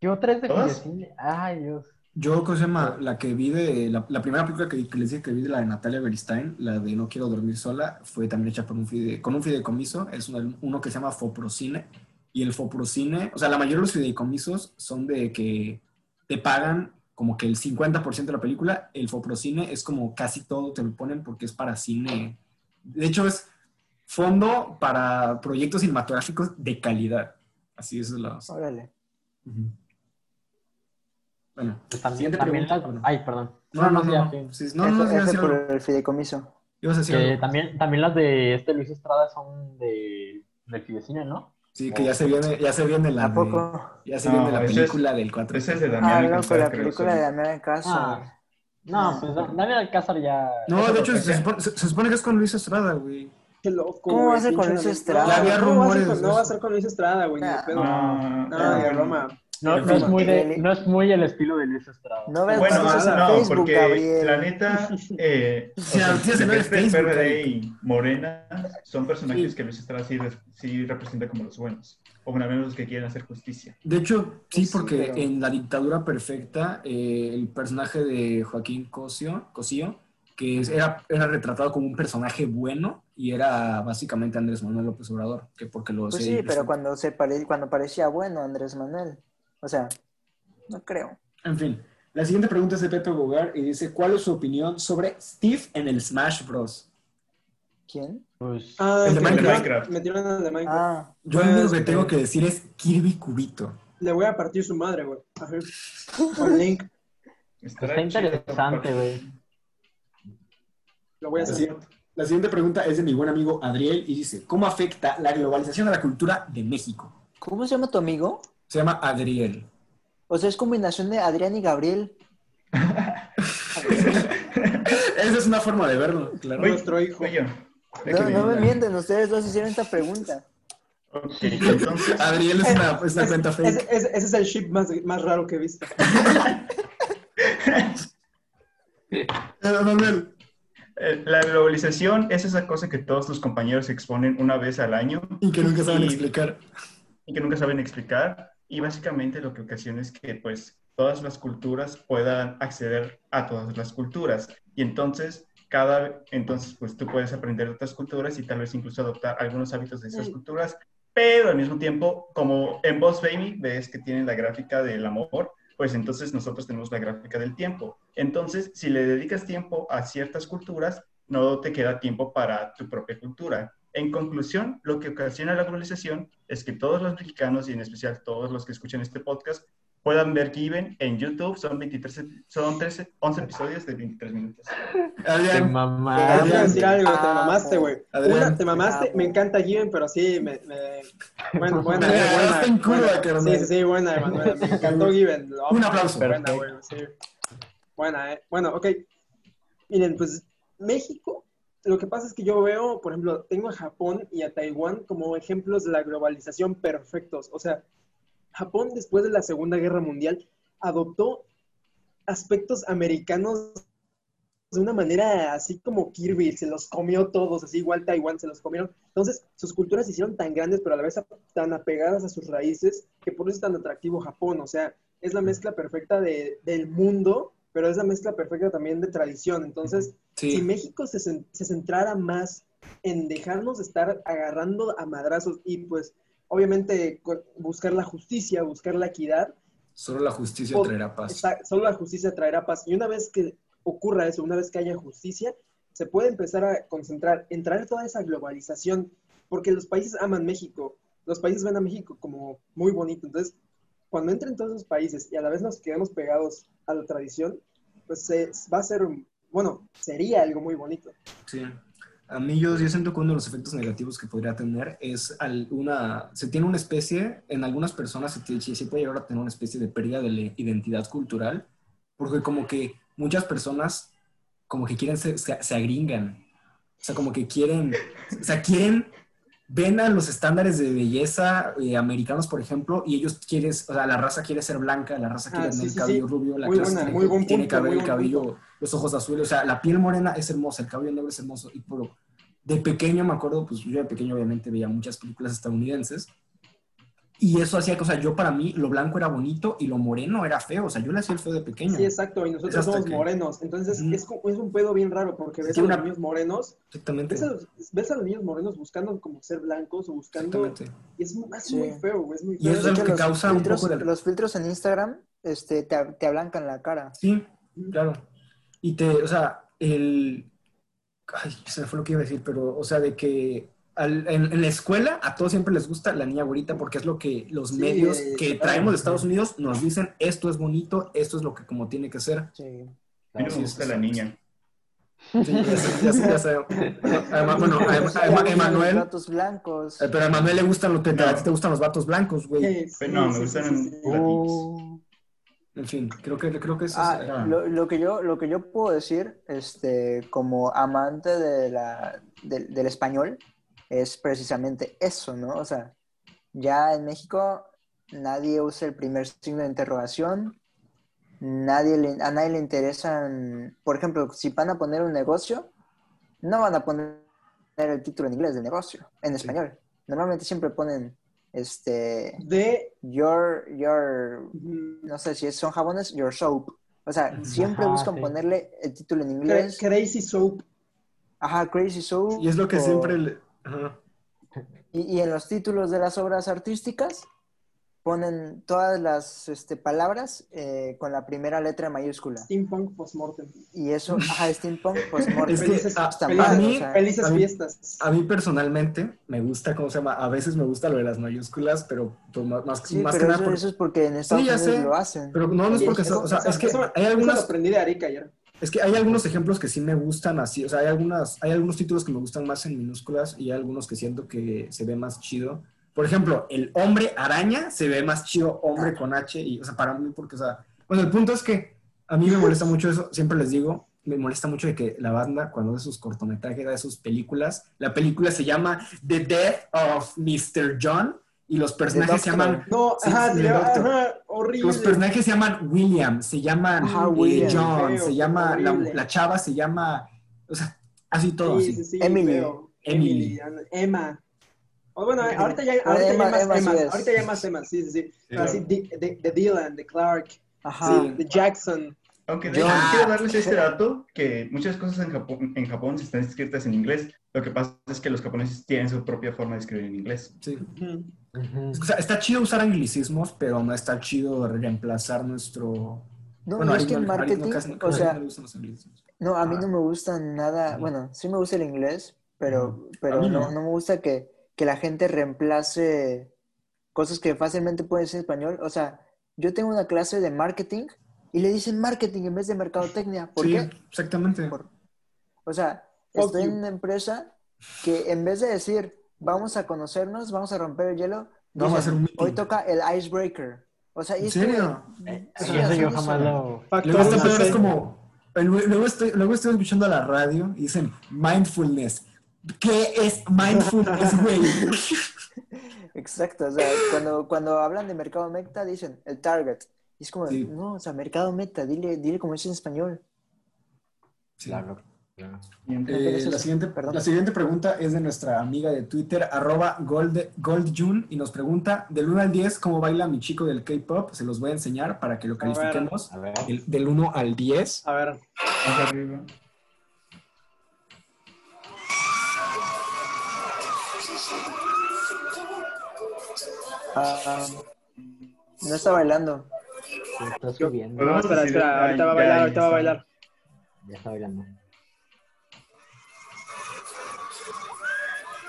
Yo tres de
¿Todas?
Fidecine. Ay, Dios.
Yo, ¿cómo se llama? La que vi de. La, la primera película que, que les dije que vi de la de Natalia Beristain, la de No Quiero Dormir Sola, fue también hecha por un fide- con un fideicomiso. Es una- uno que se llama Foprocine. Y el Foprocine, o sea, la mayoría de los fideicomisos son de que te pagan como que el 50% de la película. El Foprocine es como casi todo te lo ponen porque es para cine. De hecho, es fondo para proyectos cinematográficos de calidad. Así es la.
Órale.
Ujú. Bueno,
Pues También,
Siguiente
también
pregunta,
las-
perdón.
Ay, perdón.
no, no,
sí,
no.
ya, sí.
no. Sí, no, no, no,
F,
ibas a
F
decir
por
algo.
el fideicomiso.
Ibas a decir
Que
algo.
Eh, también, también las de este Luis Estrada son de, del Fidecine, ¿no?
Sí, que ya se viene, ya se viene la
¿A
de-
poco?
ya se
No,
viene la
ese es-
película del 4.
Ese es de
Ah,
Damián
loco,
Alcázar,
la
creo,
película de
solo.
Damián Alcázar.
Ah, no, pues Da- Daniel Alcázar ya.
No,
eso
de
lo
hecho,
pensé.
se supone, se- se supone que es con Luis Estrada, güey.
Qué loco,
¿Cómo
güey,
va a ser con
pinche
Luis
Luis-
Estrada?
No,
Ya
había
no va a ser
rumores
con-
de
No va a
eso.
ser con Luis Estrada, güey, ni de
Ah.
pedo.
No,
No,
ah,
ni de
bueno.
broma.
No, no es muy de, no es muy el estilo de Luis Estrada.
No ves
Bueno,
cosas en
no,
Facebook,
porque
Gabriel.
la neta, eh, o
Sí,
sea,
sí, se ve en
Demente,
Facebook,
PRD y Morena son personajes
Sí.
que Luis Estrada sí, res- sí representa como los buenos, o bueno, al menos los que quieren hacer justicia.
De hecho, sí,
Sí,
porque
pero-
en La Dictadura Perfecta, eh, el personaje de Joaquín Cosio, Cosío, que es- era, era retratado como un personaje bueno y era básicamente Andrés Manuel López Obrador, que porque lo
Pues
se-
sí, pero cuando se pare- cuando parecía bueno Andrés Manuel. O sea, no creo.
En fin, la siguiente pregunta es de Pepe Bogar y dice, ¿cuál es su opinión sobre Steve en el Smash Bros?
¿Quién?
Pues,
Ah,
El de
que me tiraron-
Minecraft.
Me tiraron el de Minecraft.
Ah,
Yo lo único que tengo que decir es Kirby Cubito.
Le voy a partir su madre, güey. Ajá. Con Link.
Estará
está
chido,
interesante,
pero-
güey.
Lo voy a
Así-
hacer.
La siguiente pregunta es de mi buen amigo Adriel y dice, ¿cómo afecta la globalización a la cultura de México?
¿cómo se llama tu amigo?
Se llama Adriel.
O sea, es combinación de Adrián y Gabriel.
Esa es una forma de verlo, claro.
Oye,
Nuestro hijo.
oye,
No,
déjame
no me
adivinar.
mienten, ustedes dos hicieron esta pregunta.
Ok, entonces,
Adriel es una, es una cuenta
Ese,
fake.
ese- ese es el ship más, más raro que he visto.
Eh, Manuel,
eh, la globalización es esa cosa que todos tus compañeros exponen una vez al año
Y que nunca saben
Y-
explicar.
y que nunca saben explicar. Y básicamente lo que ocasiona es que pues todas las culturas puedan acceder a todas las culturas. Y entonces cada entonces pues tú puedes aprender de otras culturas y tal vez incluso adoptar algunos hábitos de esas
Mm.
culturas pero al mismo tiempo, como en Boss Baby ves que tienen la gráfica del amor, pues entonces nosotros tenemos la gráfica del tiempo. Entonces, si le dedicas tiempo a ciertas culturas, no te queda tiempo para tu propia cultura. En conclusión, lo que ocasiona la globalización es que todos los mexicanos y en especial todos los que escuchan este podcast puedan ver Given en YouTube. Son 23, son 13, 11 episodios de 23 minutos.
Adrián,
Te
Te voy a
Adrián.
mamaste.
decir algo, te
Ah,
mamaste, güey.
Adrián.
Una, te mamaste,
Ah,
me encanta Given, pero sí, me, me- Bueno, buena,
Me
buena,
agarraste en curva,
buena.
carnal.
Sí, sí, sí, buena, Emanuel, me encantó Given. lo amo.
Un aplauso.
Buena, güey, sí. Buena, eh. Bueno, ok. Miren, pues México, lo que pasa es que yo veo, por ejemplo, tengo a Japón y a Taiwán como ejemplos de la globalización perfectos. O sea, Japón después de la Segunda Guerra Mundial adoptó aspectos americanos de una manera así como Kirby, se los comió todos, así igual Taiwán se los comieron. Entonces, sus culturas se hicieron tan grandes, pero a la vez tan apegadas a sus raíces, que por eso es tan atractivo Japón. O sea, es la mezcla perfecta de- del mundo, pero es la mezcla perfecta también de tradición. Entonces, si
Sí.
México se, cen- se centrara más en dejarnos estar agarrando a madrazos y pues obviamente co- buscar la justicia, buscar la equidad,
Solo la justicia
Pod-
traerá paz.
Está- solo la justicia traerá paz. Y una vez que ocurra eso, una vez que haya justicia, se puede empezar a concentrar en traer toda esa globalización, porque los países aman México, los países ven a México como muy bonito. Entonces, cuando entren todos esos países y a la vez nos quedemos pegados a la tradición, pues se, va a ser, un- bueno, sería algo muy bonito.
Sí. A mí yo, yo siento que uno de los efectos negativos que podría tener es al- una... Se tiene una especie, en algunas personas se, tie- sí puede llegar a tener una especie de pérdida de la identidad cultural, porque como que muchas personas como que quieren, se, se, se agringan. O sea, como que quieren, o sea, quieren, ven a los estándares de belleza eh, americanos, por ejemplo, y ellos quieren, o sea, la raza quiere ser blanca, la raza
Ah,
quiere tener
sí,
el
sí,
cabello
sí.
rubio, la
Muy
clase
buena,
tiene-
muy buen
tiene
punto,
cabello,
muy
el
buen
cabello
punto.
los ojos azules, o sea, la piel morena es hermosa, el cabello negro es hermoso. Y por, de pequeño me acuerdo, pues yo de pequeño obviamente veía muchas películas estadounidenses. Y eso hacía que, o sea, yo para mí lo blanco era bonito y lo moreno era feo. O sea, yo le hacía el feo de pequeño.
Sí, exacto, y nosotros
Es hasta
somos
que-
morenos. Entonces,
Ujú.
es, co- es un pedo bien raro, porque ves a
Tiene
los
una-
niños morenos,
Exactamente.
ves a los, ves a los niños morenos buscando como ser blancos o buscando
Exactamente.
Y es, mu- es
Sí.
muy feo, güey, es muy
Y
feo.
eso es algo
hecho,
que causa un
filtros,
poco de-
Los filtros en Instagram este, te, te ablancan la cara.
Sí, claro. Y te, o sea, el... Ay, se me fue lo que iba a decir, pero, o sea, de que al- en, en la escuela a todos siempre les gusta la niña güerita porque es lo que los
Sí,
medios
eh,
que
claro.
traemos de Estados Unidos nos dicen, esto es bonito, esto es lo que como tiene que ser.
Sí.
A mí no me gusta la niña.
Sí, ya, sé, ya sé, ya sé. Bueno, además, Ah, bueno, además,
Ya
además,
usan
Emanuel,
Los gatos blancos.
eh, pero a Emanuel le gustan los, te,
No.
a ti te gustan los vatos blancos, güey.
Sí, sí,
Pero no, me
sí,
gustan
sí, sí, sí.
los latinos.
En fin, creo que, creo que eso
Ah,
era-
lo, lo que yo, lo que yo puedo decir, este, como amante de la, del- del español, es precisamente eso, ¿no? O sea, ya en México nadie usa el primer signo de interrogación, nadie le- a nadie le interesan, por ejemplo, si van a poner un negocio, no van a poner el título en inglés del negocio, en español. Normalmente siempre ponen, este,
De...
your, your,
mm,
no sé si es- son jabones, Your Soap. O sea, siempre
Ajá,
buscan
sí.
ponerle el título en
cra-
inglés.
Crazy Soap.
Ajá, Crazy Soap.
Y es lo que
o-
siempre... le- ajá.
Y, y en los títulos de las obras artísticas ponen todas las este, palabras eh, con la primera letra mayúscula.
Steampunk Postmortem.
Y eso, ajá, steampunk, postmortem.
Es que,
Felices-
a-
Está
a
mal,
mí-
o sea,
Felices
a mí-
fiestas.
A mí personalmente me gusta, ¿cómo se llama? A veces me gusta lo de las mayúsculas, pero pues, más, más,
sí,
más que
pero
nada
eso,
por-
eso es porque en Estados
ya
Unidos
sé,
lo hacen.
Pero no, no es
Y
porque...
eso-
so- o sea,
eso-
es que
eso-
hay
eso lo
algunas...
aprendí de Arica ayer.
Es que hay algunos ejemplos que sí me gustan así, o sea, hay, algunas, hay algunos títulos que me gustan más en minúsculas y hay algunos que siento que se ve más chido. Por ejemplo, el hombre araña se ve más chido hombre con H, y, o sea, para mí, porque, o sea, bueno, el punto es que a mí me molesta mucho eso, siempre les digo, me molesta mucho de que la banda, cuando hace sus cortometrajes, hace sus películas, la película se llama The Death of Mr. John y los personajes se
Doctor.
llaman
No,
Sí,
ajá,
sí,
se llama-
doctor.
ajá, horrible.
los personajes se llaman William, se llaman
Ajá,
eh,
Ah, William.
John,
Feo,
se llama la,
horrible.
la chava, se llama, o sea, así todo.
Sí,
así.
sí, sí,
Emily.
feo.
Emily.
Emily, Emma. O bueno, ahorita ya,
Ah,
ahorita
Emma-
ya más
Emma sí
Emma,
es.
ahorita ya más Emma, sí, sí, sí. Pero así, de, de- de Dylan, de Clark,
Ajá.
de Jackson.
Aunque de hecho,
Yo-
quiero darles este dato, que muchas cosas en Japón, en Japón están escritas en inglés. Lo que pasa es que los japoneses tienen su propia forma de escribir en inglés.
Sí.
Ujú.
Ujú.
O sea, está chido usar anglicismos, pero no está chido reemplazar nuestro.
No, no es
Ari
que en
Ari
marketing,
casi-
o
casi no
sea,
le gustan los anglicismos.
no, a mí
Ah.
no me gusta nada, bueno, sí me gusta el inglés, pero, pero
mí
no,
no.
no me gusta que, que la gente reemplace cosas que fácilmente pueden ser en español. O sea, yo tengo una clase de marketing y le dicen marketing en vez de mercadotecnia. ¿Por
sí,
qué?
exactamente.
Por- O sea,
Fuck
estoy
you.
en una empresa que en vez de decir vamos a conocernos, vamos a romper el hielo,
Vamos a hacer un
hoy
meeting.
toca el icebreaker. O sea, y
¿En
es como-
serio?
Eh,
o sea,
sí, eso yo
son
jamás
eso.
lo...
Factor
Luego está peor, es
base.
como. el- Luego estoy, luego estoy escuchando la radio y dicen mindfulness. ¿Qué es mindfulness, güey?
Exacto, o sea, cuando, cuando hablan de mercado meta dicen el target. Y es como,
Sí.
no, o sea, mercado meta, dile, dile como es en español.
Sí.
Siempre.
Eh, la, siguiente,
Perdón.
la siguiente pregunta es de nuestra amiga de Twitter, arroba gold, goldjun, y nos pregunta, del 1 al 10, ¿cómo baila mi chico del K-Pop? Se los voy a enseñar para que lo
ver.
califiquemos.
A ver.
Del, 1 al 10.
A ver,
Más arriba.
Ah, no está bailando.
Está subiendo.
Podemos
espera,
decir-
espera,
Ay,
ahorita va a
ya,
bailar,
ya
ahorita va a
está.
bailar.
Ya está bailando.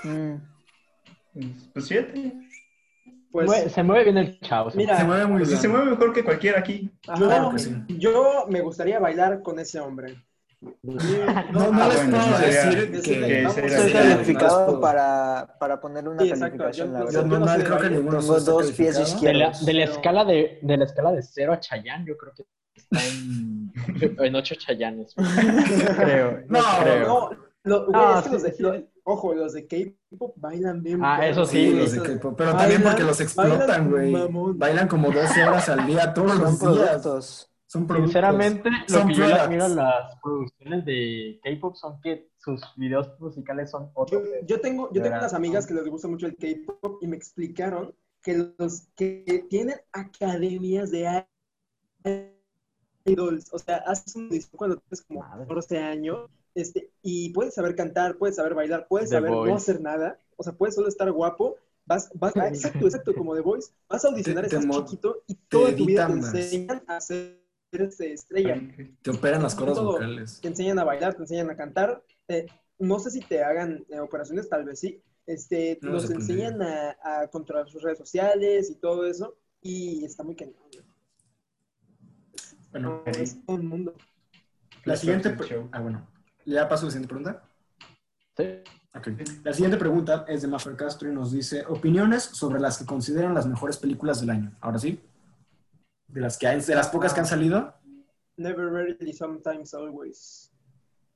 Mm,
Pues- Pues siete.
Pues,
Mue- se mueve bien el chavo. Ah, se
mira,
Se mueve muy
Pues
bien.
se mueve mejor que cualquiera aquí.
Ajá.
Claro que sí.
yo me gustaría bailar con ese hombre.
No, no
Ah,
les
bueno,
puedo
sí sería-
decir
sí sería-
que...
vamos,
sería-
sí
Soy
sería-
calificado para, para ponerle una
Sí, exacto,
calificación,
yo-
la
yo-
verdad.
No, no, no,
sé
creo que
bailar.
ninguno de
Tengo
nosotros está
dos pies
calificado.
izquierdos.
De la, de la
Pero-
escala de, de la escala de 0 a Chayanne, yo creo que está en, en 8 Chayannes. creo.
No,
creo.
No, lo- güey,
Ah,
es que los de,
sí, sí.
lo- ojo, los de K-pop bailan bien.
Ah,
perro.
eso
Sí,
Sí,
los de
eso-
K-Pop, pero también
bailan-
porque los
bailan
explotan, güey.
mamón.
Bailan como 12 horas al día, todos
Son
los días.
productos.
Son productos.
Sinceramente, lo
Son
que yo le
products.
admiro a las producciones de K-pop son que sus videos musicales son
Yo,
otros.
yo tengo, yo tengo
Verás.
unas amigas que les gusta mucho el K-pop y me explicaron que los que tienen academias de idols, o sea, haces un disco cuando tienes como
Madre.
14 años este, y puedes saber cantar, puedes saber bailar, puedes
The
saber no
Voice.
hacer nada, o sea, puedes solo estar guapo, vas, vas ah, exacto, exacto, como The Voice, vas a audicionar,
Te- te
estás
mo-
chiquito y toda tu vida te
editan más.
enseñan a ser este, estrella
Te operan las cuerdas
Todo.
vocales.
te enseñan a bailar, te enseñan a cantar. eh, no sé si te hagan eh, operaciones, tal vez sí. Este,
No
los
sé, pues,
enseñan a, a controlar sus redes sociales y todo eso. Y está muy cañón. güey.
Bueno,
Es todo el mundo.
la siguiente...
Perfect
pre-
show.
Ah, bueno. ¿Ya paso a la siguiente pregunta?
Sí.
Ok. La siguiente pregunta es de Maffer Castro y nos dice opiniones sobre las que consideran las mejores películas del año. Ahora sí. De las que hay, de las pocas que han salido.
Never Rarely, Sometimes, Always.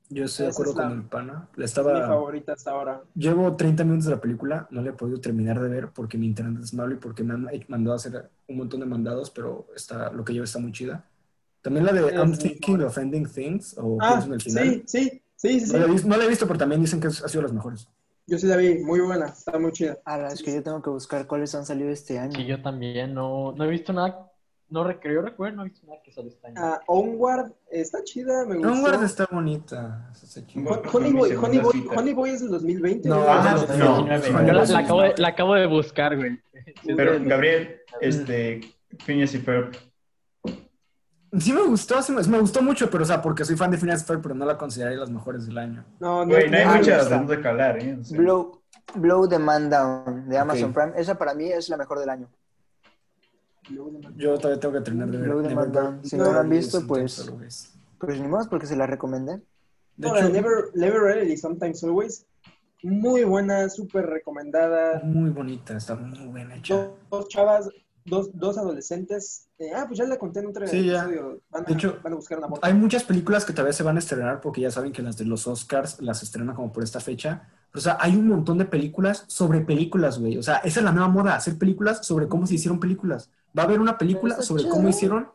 Yo estoy de
Esa
acuerdo
es la-
con el pana. Le
Es mi
estaba.
favorita hasta ahora.
Llevo 30 minutos de la película, no la he podido terminar de ver porque mi internet es malo y porque me han mandado a hacer un montón de mandados, pero está, lo que llevo está muy chida. También la de
Es
I'm
mi
Thinking of Ending Things o
Ah,
Pienso en el
sí,
final.
sí, sí, sí, sí.
No, la he visto, no la he visto, pero también dicen que ha sido las mejores.
Yo sí la vi, muy buena, está muy chida.
Ah, es que yo tengo que buscar cuáles han salido este año.
Sí, yo también no, no he visto nada. No rec- yo recuerdo, no he visto nada que sale este año.
Ah, Onward está chida, me gustó.
Onward está bonita. esa está chida.
Hon- Honey Boy,
Mi
Honey Boy,
segunda
Honey Boy es del 2020.
No,
güey.
ah,
Ah,
no,
no.
19.
no,
Yo la,
no,
la acabo de,
no.
la acabo de buscar, güey.
Pero, Gabriel, este, Phineas y Ferb.
Sí me gustó, sí me, me gustó mucho, pero o sea, porque soy fan de Phineas y Ferb, pero no la consideraría las mejores del año.
no, no,
Güey, no
no
hay
me
muchas de
gusta.
dónde calar, ¿eh? O sea,
Blow, Blow the Man Down de Amazon
Ok.
Prime. Esa para mí es la mejor del año.
Yo todavía tengo que terminar de ver.
Blow the
Never-
Man Down. Si no lo han visto, pues,
Always.
pues ni más porque se la recomendé.
De
No,
hecho,
la Never, Never Rarely, Sometimes Always. Muy buena, súper recomendada.
muy bonita, está muy bien hecha.
Dos, dos chavas, dos, dos adolescentes. Eh, ah, pues ya la conté en otro
Sí, ya.
episodio. Van a,
De hecho,
van a buscar una moto.
Hay muchas películas que todavía se van a estrenar porque ya saben que las de los Oscars las estrenan como por esta fecha. O sea, hay un montón de películas sobre películas, güey. O sea, esa es la nueva moda, hacer películas sobre cómo se hicieron películas. Va a haber una película
Pero está
sobre
chido.
cómo hicieron. Va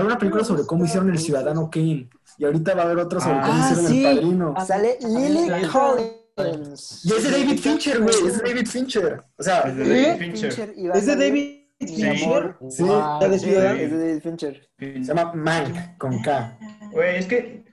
a haber una película sobre cómo hicieron El Ciudadano Kane. Y ahorita va a haber otra sobre
Ah,
cómo hicieron
sí.
El Padrino.
Ah,
Sale Lily
la-
Collins.
Y es de David Fincher, güey. Es de David Fincher. O sea,
Es de David
¿Eh? Fincher
Fincher.
y va a
Es de
salir-
David
Mi amor.
Ah, Sí,
Guau,
¿Ya desvió?
Es de David Fincher.
se llama Mank con K.
Güey, es que,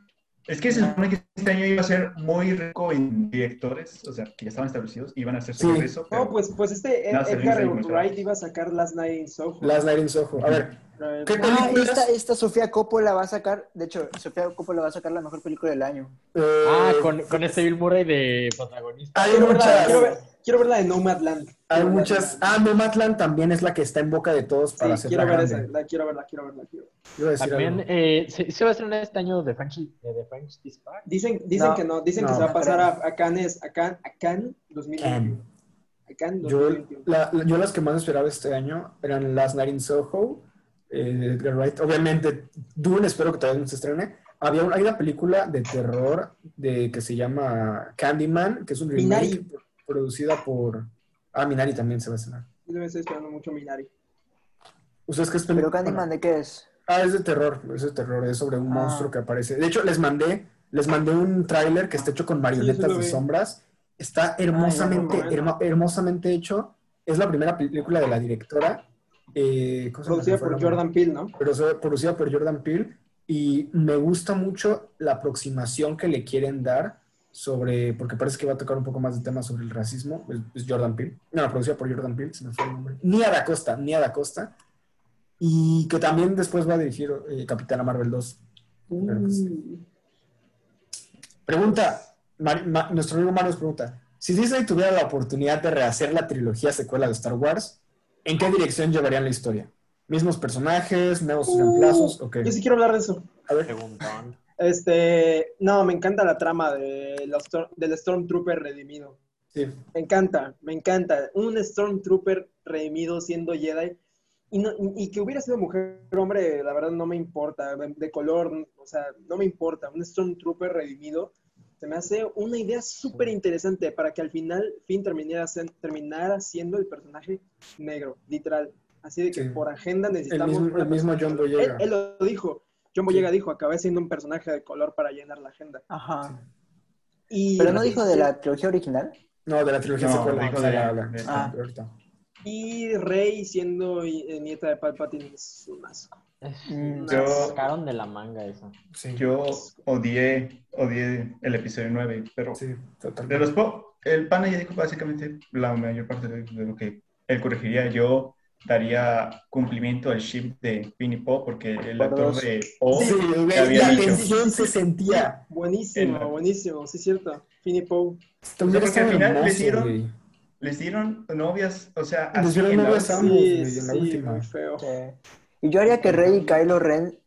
es que se supone que este año iba a ser muy rico en directores, o sea, que ya estaban establecidos, iban a hacer su
Sí.
regreso.
No,
pero-
pues, pues este Ed-
No, se lo hice
Edgar
encontrar.
Wright iba a sacar Last Night in Soho.
Last Night in Soho. A ver,
Pero-
¿qué
Ah,
películas?
esta, esta Sofía Coppola va a sacar, de hecho, Sofía Coppola va a sacar la mejor película del año.
eh,
Ah, con, con este Bill Murray de protagonista.
Hay
Quiero ver, la,
muchas.
quiero, ver, quiero ver la de Nomadland.
Hay
Quiero ver la
muchas.
de
Ah, Nomadland también es la que está en boca de todos para
Nomadland. Sí,
hacerla
quiero ver
grande.
esa. La quiero verla, quiero verla, quiero verla.
Iba a decir
También
algo.
eh, se, se va a estrenar este año de French, eh, de French Dispatch.
Dicen, dicen
No,
que no, dicen que
no.
se va a pasar a, a Cannes, a Cannes, a Cannes 2021. A Cannes
Yo,
2021.
la- la- yo las que más esperaba este año eran Last Night in Soho, eh, Edgar Wright. Obviamente, Dune espero que todavía no se estrene. Había un- hay una película de terror de, que se llama Candyman, que es un remake
Minari.
pro- producida por... Ah, Minari también se va a estrenar.
Yo debe estar esperando mucho Minari.
¿Ustedes qué esperan?
Pero Candyman, ¿de qué es?
Ah, es de terror, es de terror, es sobre un
Ah.
monstruo que aparece. De hecho, les mandé, les mandé un tráiler que está hecho con
Sí,
marionetas
sí lo
de
vi.
sombras. Está hermosamente,
Ay, no, no,
herma- hermosamente hecho. Es la primera película de la directora. eh, ¿cómo se llama?
Producida por Jordan Peele, ¿no?
Pero se- producida por Jordan Peele. Y me gusta mucho la aproximación que le quieren dar sobre, porque parece que va a tocar un poco más de temas sobre el racismo. Es, es Jordan Peele. No, producida por Jordan Peele, se me fue el nombre. Nia da Costa, Nia da Costa. Y que también después va a dirigir eh, Capitana Marvel 2.
Mm.
Pregunta, Mar- Ma- nuestro amigo Mario nos pregunta, si Disney tuviera la oportunidad de rehacer la trilogía secuela de Star Wars, ¿en qué dirección llevarían la historia? ¿Mismos personajes, nuevos
Uh,
reemplazos? Ok,
Yo sí quiero hablar de eso.
a ver.
Preguntón.
Este, no, me encanta la trama de la Stor- del Stormtrooper redimido.
Sí.
Me encanta, me encanta. Un Stormtrooper redimido siendo Jedi. Y, no- y- y que hubiera sido mujer o hombre, la verdad no me importa. De, de color, o sea, no me importa. Un Stormtrooper redimido se me hace una idea súper interesante para que al final Finn terminara, sen- terminara siendo el personaje negro, literal. Así de que
Sí.
por agenda
El
necesitamos...
mismo,
una
el mismo John
él,
Boyega.
él lo dijo. John Boyega dijo, acabé siendo un personaje de color para llenar la agenda.
Ajá.
Y,
Pero no dijo de la trilogía original.
No, de la trilogía
No,
secuela.
dijo
o sea,
de-
la- la-
de-
ah, ahorita.
Y Rey siendo i- eh, nieta de Palpatine es un asco.
Es-
Mm,
se
yo-
sacaron de la manga eso.
Sí,
Yo odié, odié el episodio 9, pero
sí, total.
de los po el pana ya dijo básicamente la mayor parte de, de lo que él corregiría. Yo daría cumplimiento al ship de Pin y Po, porque el
Por
actor
dos.
de O
Sí, güey,
que había
la
dicho.
tensión se sentía.
Buenísimo,
El-
buenísimo, sí es cierto. Finny Poe.
Esto hubiera
porque al
estado
final le
hermoso,
dieron-
güey.
les dieron novias, o sea,
Les
así
dieron
en la
novias
hora.
Ambos, güey,
Sí,
en la
sí,
última.
muy feo.
Y yo haría que Rey y Kylo Ren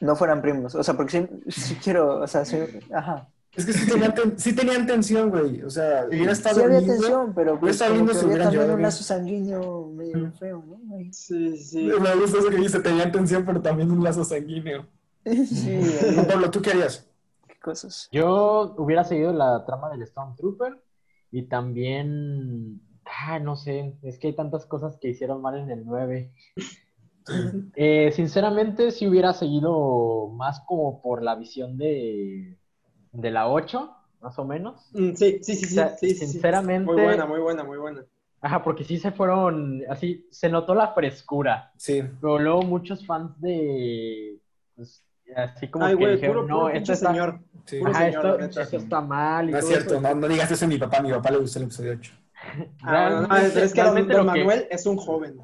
no fueran primos. O sea, porque sí, sí quiero, o sea, sí, ajá.
Es que sí tenían, ten- sí tenían tensión, güey. O sea,
Sí.
hubiera estado
Sí había
lindo.
tensión, pero pues,
Está
como
lindo
que
si
había
hubieran
también
llevado
un
bien.
lazo sanguíneo medio feo, ¿no? Ahí.
Sí, sí.
Me gusta eso que dice, tenían tensión, pero también un lazo sanguíneo.
Sí,
Juan Pablo, ¿tú qué harías?
qué cosas.
Yo hubiera seguido la trama del Stormtrooper y también, ah, no sé, es que hay tantas cosas que hicieron mal en el 9. Eh, sinceramente, si hubiera seguido más como por la visión de, de la 8, más o menos.
Mm, Sí, sí, sí, sí,
O sea,
sí, sí, sí.
sinceramente,
Muy buena, muy buena, muy buena.
ajá, porque sí se fueron, así, se notó la frescura.
Sí.
Pero luego muchos fans de, pues, así como
Ay,
que
güey,
dijeron,
puro,
no,
puro
esto
pinche
está,
señor.
sí.
puro
ajá,
señor,
esto-
la neta.
esto está mal y
No es
todo
cierto,
eso.
no, no digas eso a mi papá. A mi papá le gustó el episodio 8.
Ah, bueno, no,
Realmente-
es que don,
realmente lo
don
que-
Manuel es un joven.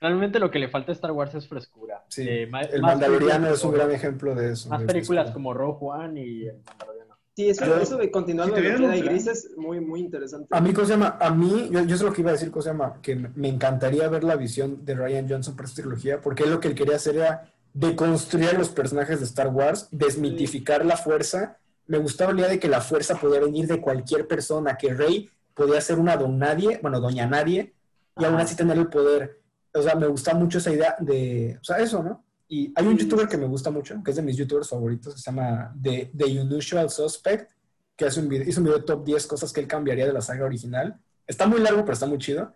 Realmente lo que le falta a Star Wars es frescura.
Sí.
Eh, ma-
El
más
Mandaloriano
películas
es un
como-
gran ejemplo de eso.
Más
de
películas
frescura.
como Rogue One y El Mandaloriano.
Sí, eso,
Yo-
eso de continuar
si
lo de
tuvieran
Jedi
un plan-
Grises, muy, muy interesante.
A mí, ¿cómo se llama? A mí, yo, yo sé lo que iba a decir, ¿cómo se llama? Que me me encantaría ver la visión de Ryan Johnson para esta trilogía, porque él lo que él quería hacer era deconstruir a los personajes de Star Wars, desmitificar la fuerza. Me gustaba la idea de que la fuerza podía venir de cualquier persona, que Rey podía ser una don nadie, bueno, doña nadie, y aún
Ajá.
así tener el poder. O sea, me gusta mucho esa idea de, o sea, eso, ¿no? Y hay un
Sí.
youtuber que me gusta mucho, que es de mis youtubers favoritos, que se llama The, The Unusual Suspect, que hace un video, hizo un video de top 10 cosas que él cambiaría de la saga original. Está muy largo, pero está muy chido.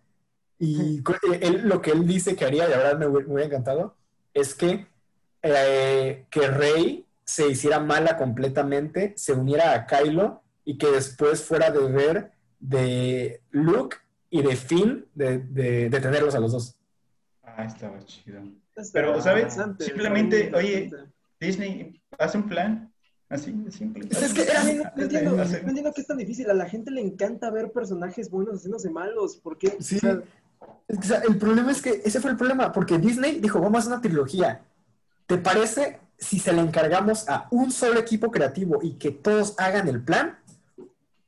Y co- eh, él, lo que él dice que haría, y la verdad me hubiera, me hubiera encantado, es que, eh, que Rey se hiciera mala completamente, se uniera a Kylo y que después fuera deber de Luke y de fin de, de, de tenerlos a los dos.
Ah, estaba chido.
Está
Pero, ¿sabes?
interesante,
Simplemente,
está muy
oye,
interesante.
Disney hace un plan así, de simple.
Pues Es que también no, no entiendo, no
Hace-
entiendo qué es tan difícil. A la gente le encanta ver personajes buenos haciéndose malos. ¿Por qué?
Sí. Es que, o sea, el problema es que ese fue el problema, porque Disney dijo, vamos a hacer una trilogía. ¿Te parece si se la encargamos a un solo equipo creativo y que todos hagan el plan?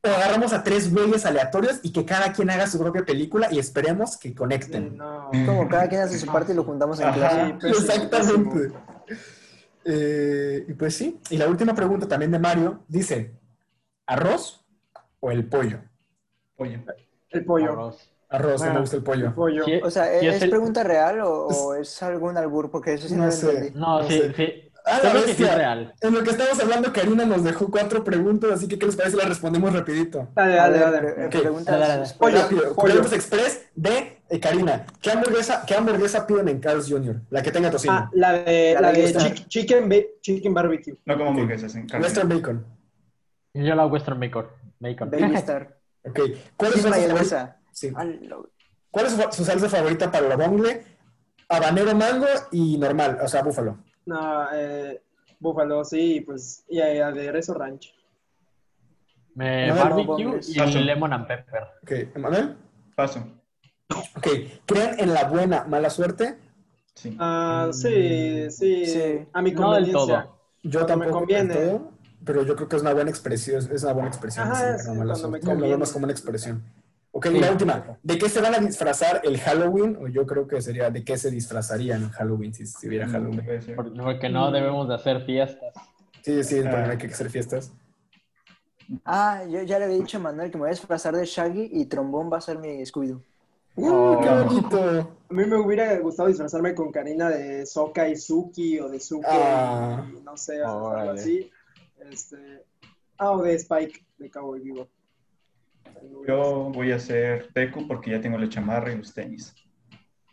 ¿O agarramos a tres güeyes aleatorios y que cada quien haga su propia película y esperemos que conecten?
no.
Como cada quien hace su parte y lo juntamos en
Ajá.
clase.
Sí, pésimo,
Exactamente.
pésimo.
Eh, y pues sí, y la última pregunta también de Mario dice, ¿arroz o el pollo?
Oye,
El pollo.
Arroz.
Arroz, no me
Bueno,
gusta el
El
pollo.
pollo.
Sí,
O sea,
sí
¿es,
es el-
pregunta real o, o es algún albur? Porque eso sí no,
No
lo
sé.
entendí.
No,
No
sí,
sé.
sí.
¡A la
Yo pues, creo que sí
bestia!
es real.
En lo que estamos hablando, Karina nos dejó cuatro preguntas, así que ¿qué les parece? Las respondemos rapidito.
Dale,
A
dale,
ver,
dale.
pre-
Ok.
preguntas-
Dale, dale, dale.
Pollo,
Rápido,
pollo.
preguntas express de eh, Karina. ¿Qué hamburguesa, ¿Qué hamburguesa piden en Carl's Jr.? La que tenga tocino.
Ah, la de,
La
la
de
de
esta.
chick- chicken, ba- chicken barbecue.
no como hamburguesas en carne.
Western Bacon.
Yo la Western Bacon. Bacon.
Baby Star.
Ok. ¿Cuál es, su
Sin
salsa favorita?
mayonesa.
Sí.
Ah, lo-
¿Cuál es su, fa- su salsa favorita para la bongle? Habanero mango y normal, o sea, búfalo.
No, eh, búfalo, sí, pues, y eh, aderezo ranch.
Me-
No, no,
barbecue
bombes.
y
Paso.
lemon and pepper.
Ok, ¿Emanuel?
Paso.
Ok. ¿Creen en la buena, mala suerte?
Sí.
Ah, sí, sí,
Sí.
a mi
No del
conveniencia.
todo.
Yo
Cuando me
tampoco
conviene.
del todo, pero yo creo que es una buena expresión, es una buena expresión.
Ajá,
así,
sí,
no, mala suerte.
cuando me
No, lo
conviene.
vemos como una expresión. Ok, y la última. ¿De qué se van a disfrazar el Halloween? O yo creo que sería de qué se disfrazarían en Halloween si si
Mm.
hubiera
Te
Halloween.
voy a decir.
por- Porque no debemos de hacer fiestas.
Sí, sí,
Ah.
pero no hay que hacer fiestas.
Ah, yo ya le había dicho a Manuel que me voy a disfrazar de Shaggy y trombón va a ser mi Scooby-Doo.
¡Uh, ¡Qué bonito!
A mí me hubiera gustado disfrazarme con Karina de Soka y Suki o de Suki,
Ah.
y no sé, algo
Órale.
así. Este, ah, o de Spike, de Cowboy Vivo.
Yo voy a hacer Deku porque ya tengo la chamarra y los tenis.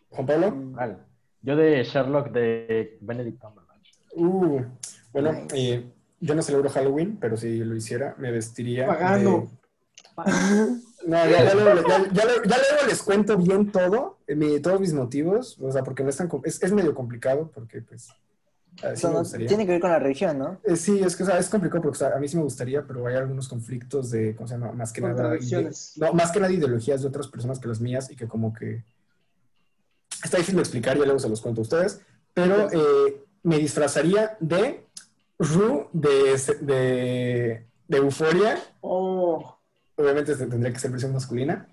¿Juan Pablo?
Vale. Yo de Sherlock de Benedict Cumberbatch.
Uh, bueno,
Nice.
eh, yo no celebro Halloween, pero si lo hiciera, me vestiría.
Pagano.
de- No, ya, ya luego, ya- ya luego- ya luego les cuento bien todo, eh, mi- todos mis motivos, o sea, porque no es tan. com- Es, es medio complicado, porque pues.
O
así
sea,
me
no-
gustaría.
tiene que ver con la religión, ¿no?
Eh, sí, es que o sea, es complicado, porque o sea, a mí sí me gustaría, pero hay algunos conflictos de, ¿cómo se llama? Más que nada. ide-
Contradicciones.
No, más que nada ideologías de otras personas que las mías y que como que. Está difícil de explicar, ya luego se los cuento a ustedes, pero eh, me disfrazaría de Ru de, de, de Euforia,
Oh,
obviamente se- tendría que ser versión masculina,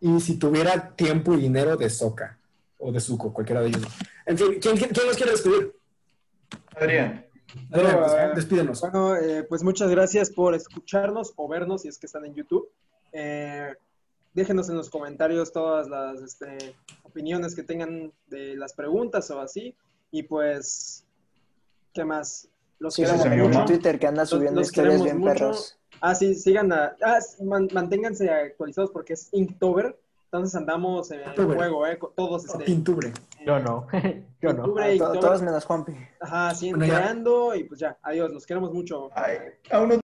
y si tuviera tiempo y dinero de Soca o de Zuko, cualquiera de ellos. dos. En fin, ¿quién, quién, quién los quiere despedir?
Adrián,
Adrián,
Yo,
pues,
eh,
despídenos.
Bueno, eh, pues muchas gracias por escucharnos o vernos si es que están en YouTube. Eh, déjenos en los comentarios todas las este, opiniones que tengan de las preguntas o así. Y pues, ¿qué más? Los
Sí,
ese
como
es mi
en
mamá.
Twitter que anda
Los-
subiendo
los
historias
queremos
bien
mucho.
perros.
Ah, sí, sigan a... Ah, sí, man- manténganse actualizados porque es Inktober. Entonces andamos en el
Inktober.
juego, eh, con todos este...
Pintubre.
Yo no. Yo no.
Ah,
Octubre,
to-
Inktober.
todos menos Juanpi.
Ajá, siguen
Bueno, ya.
creando y pues ya, adiós, los queremos mucho.
ay, aún no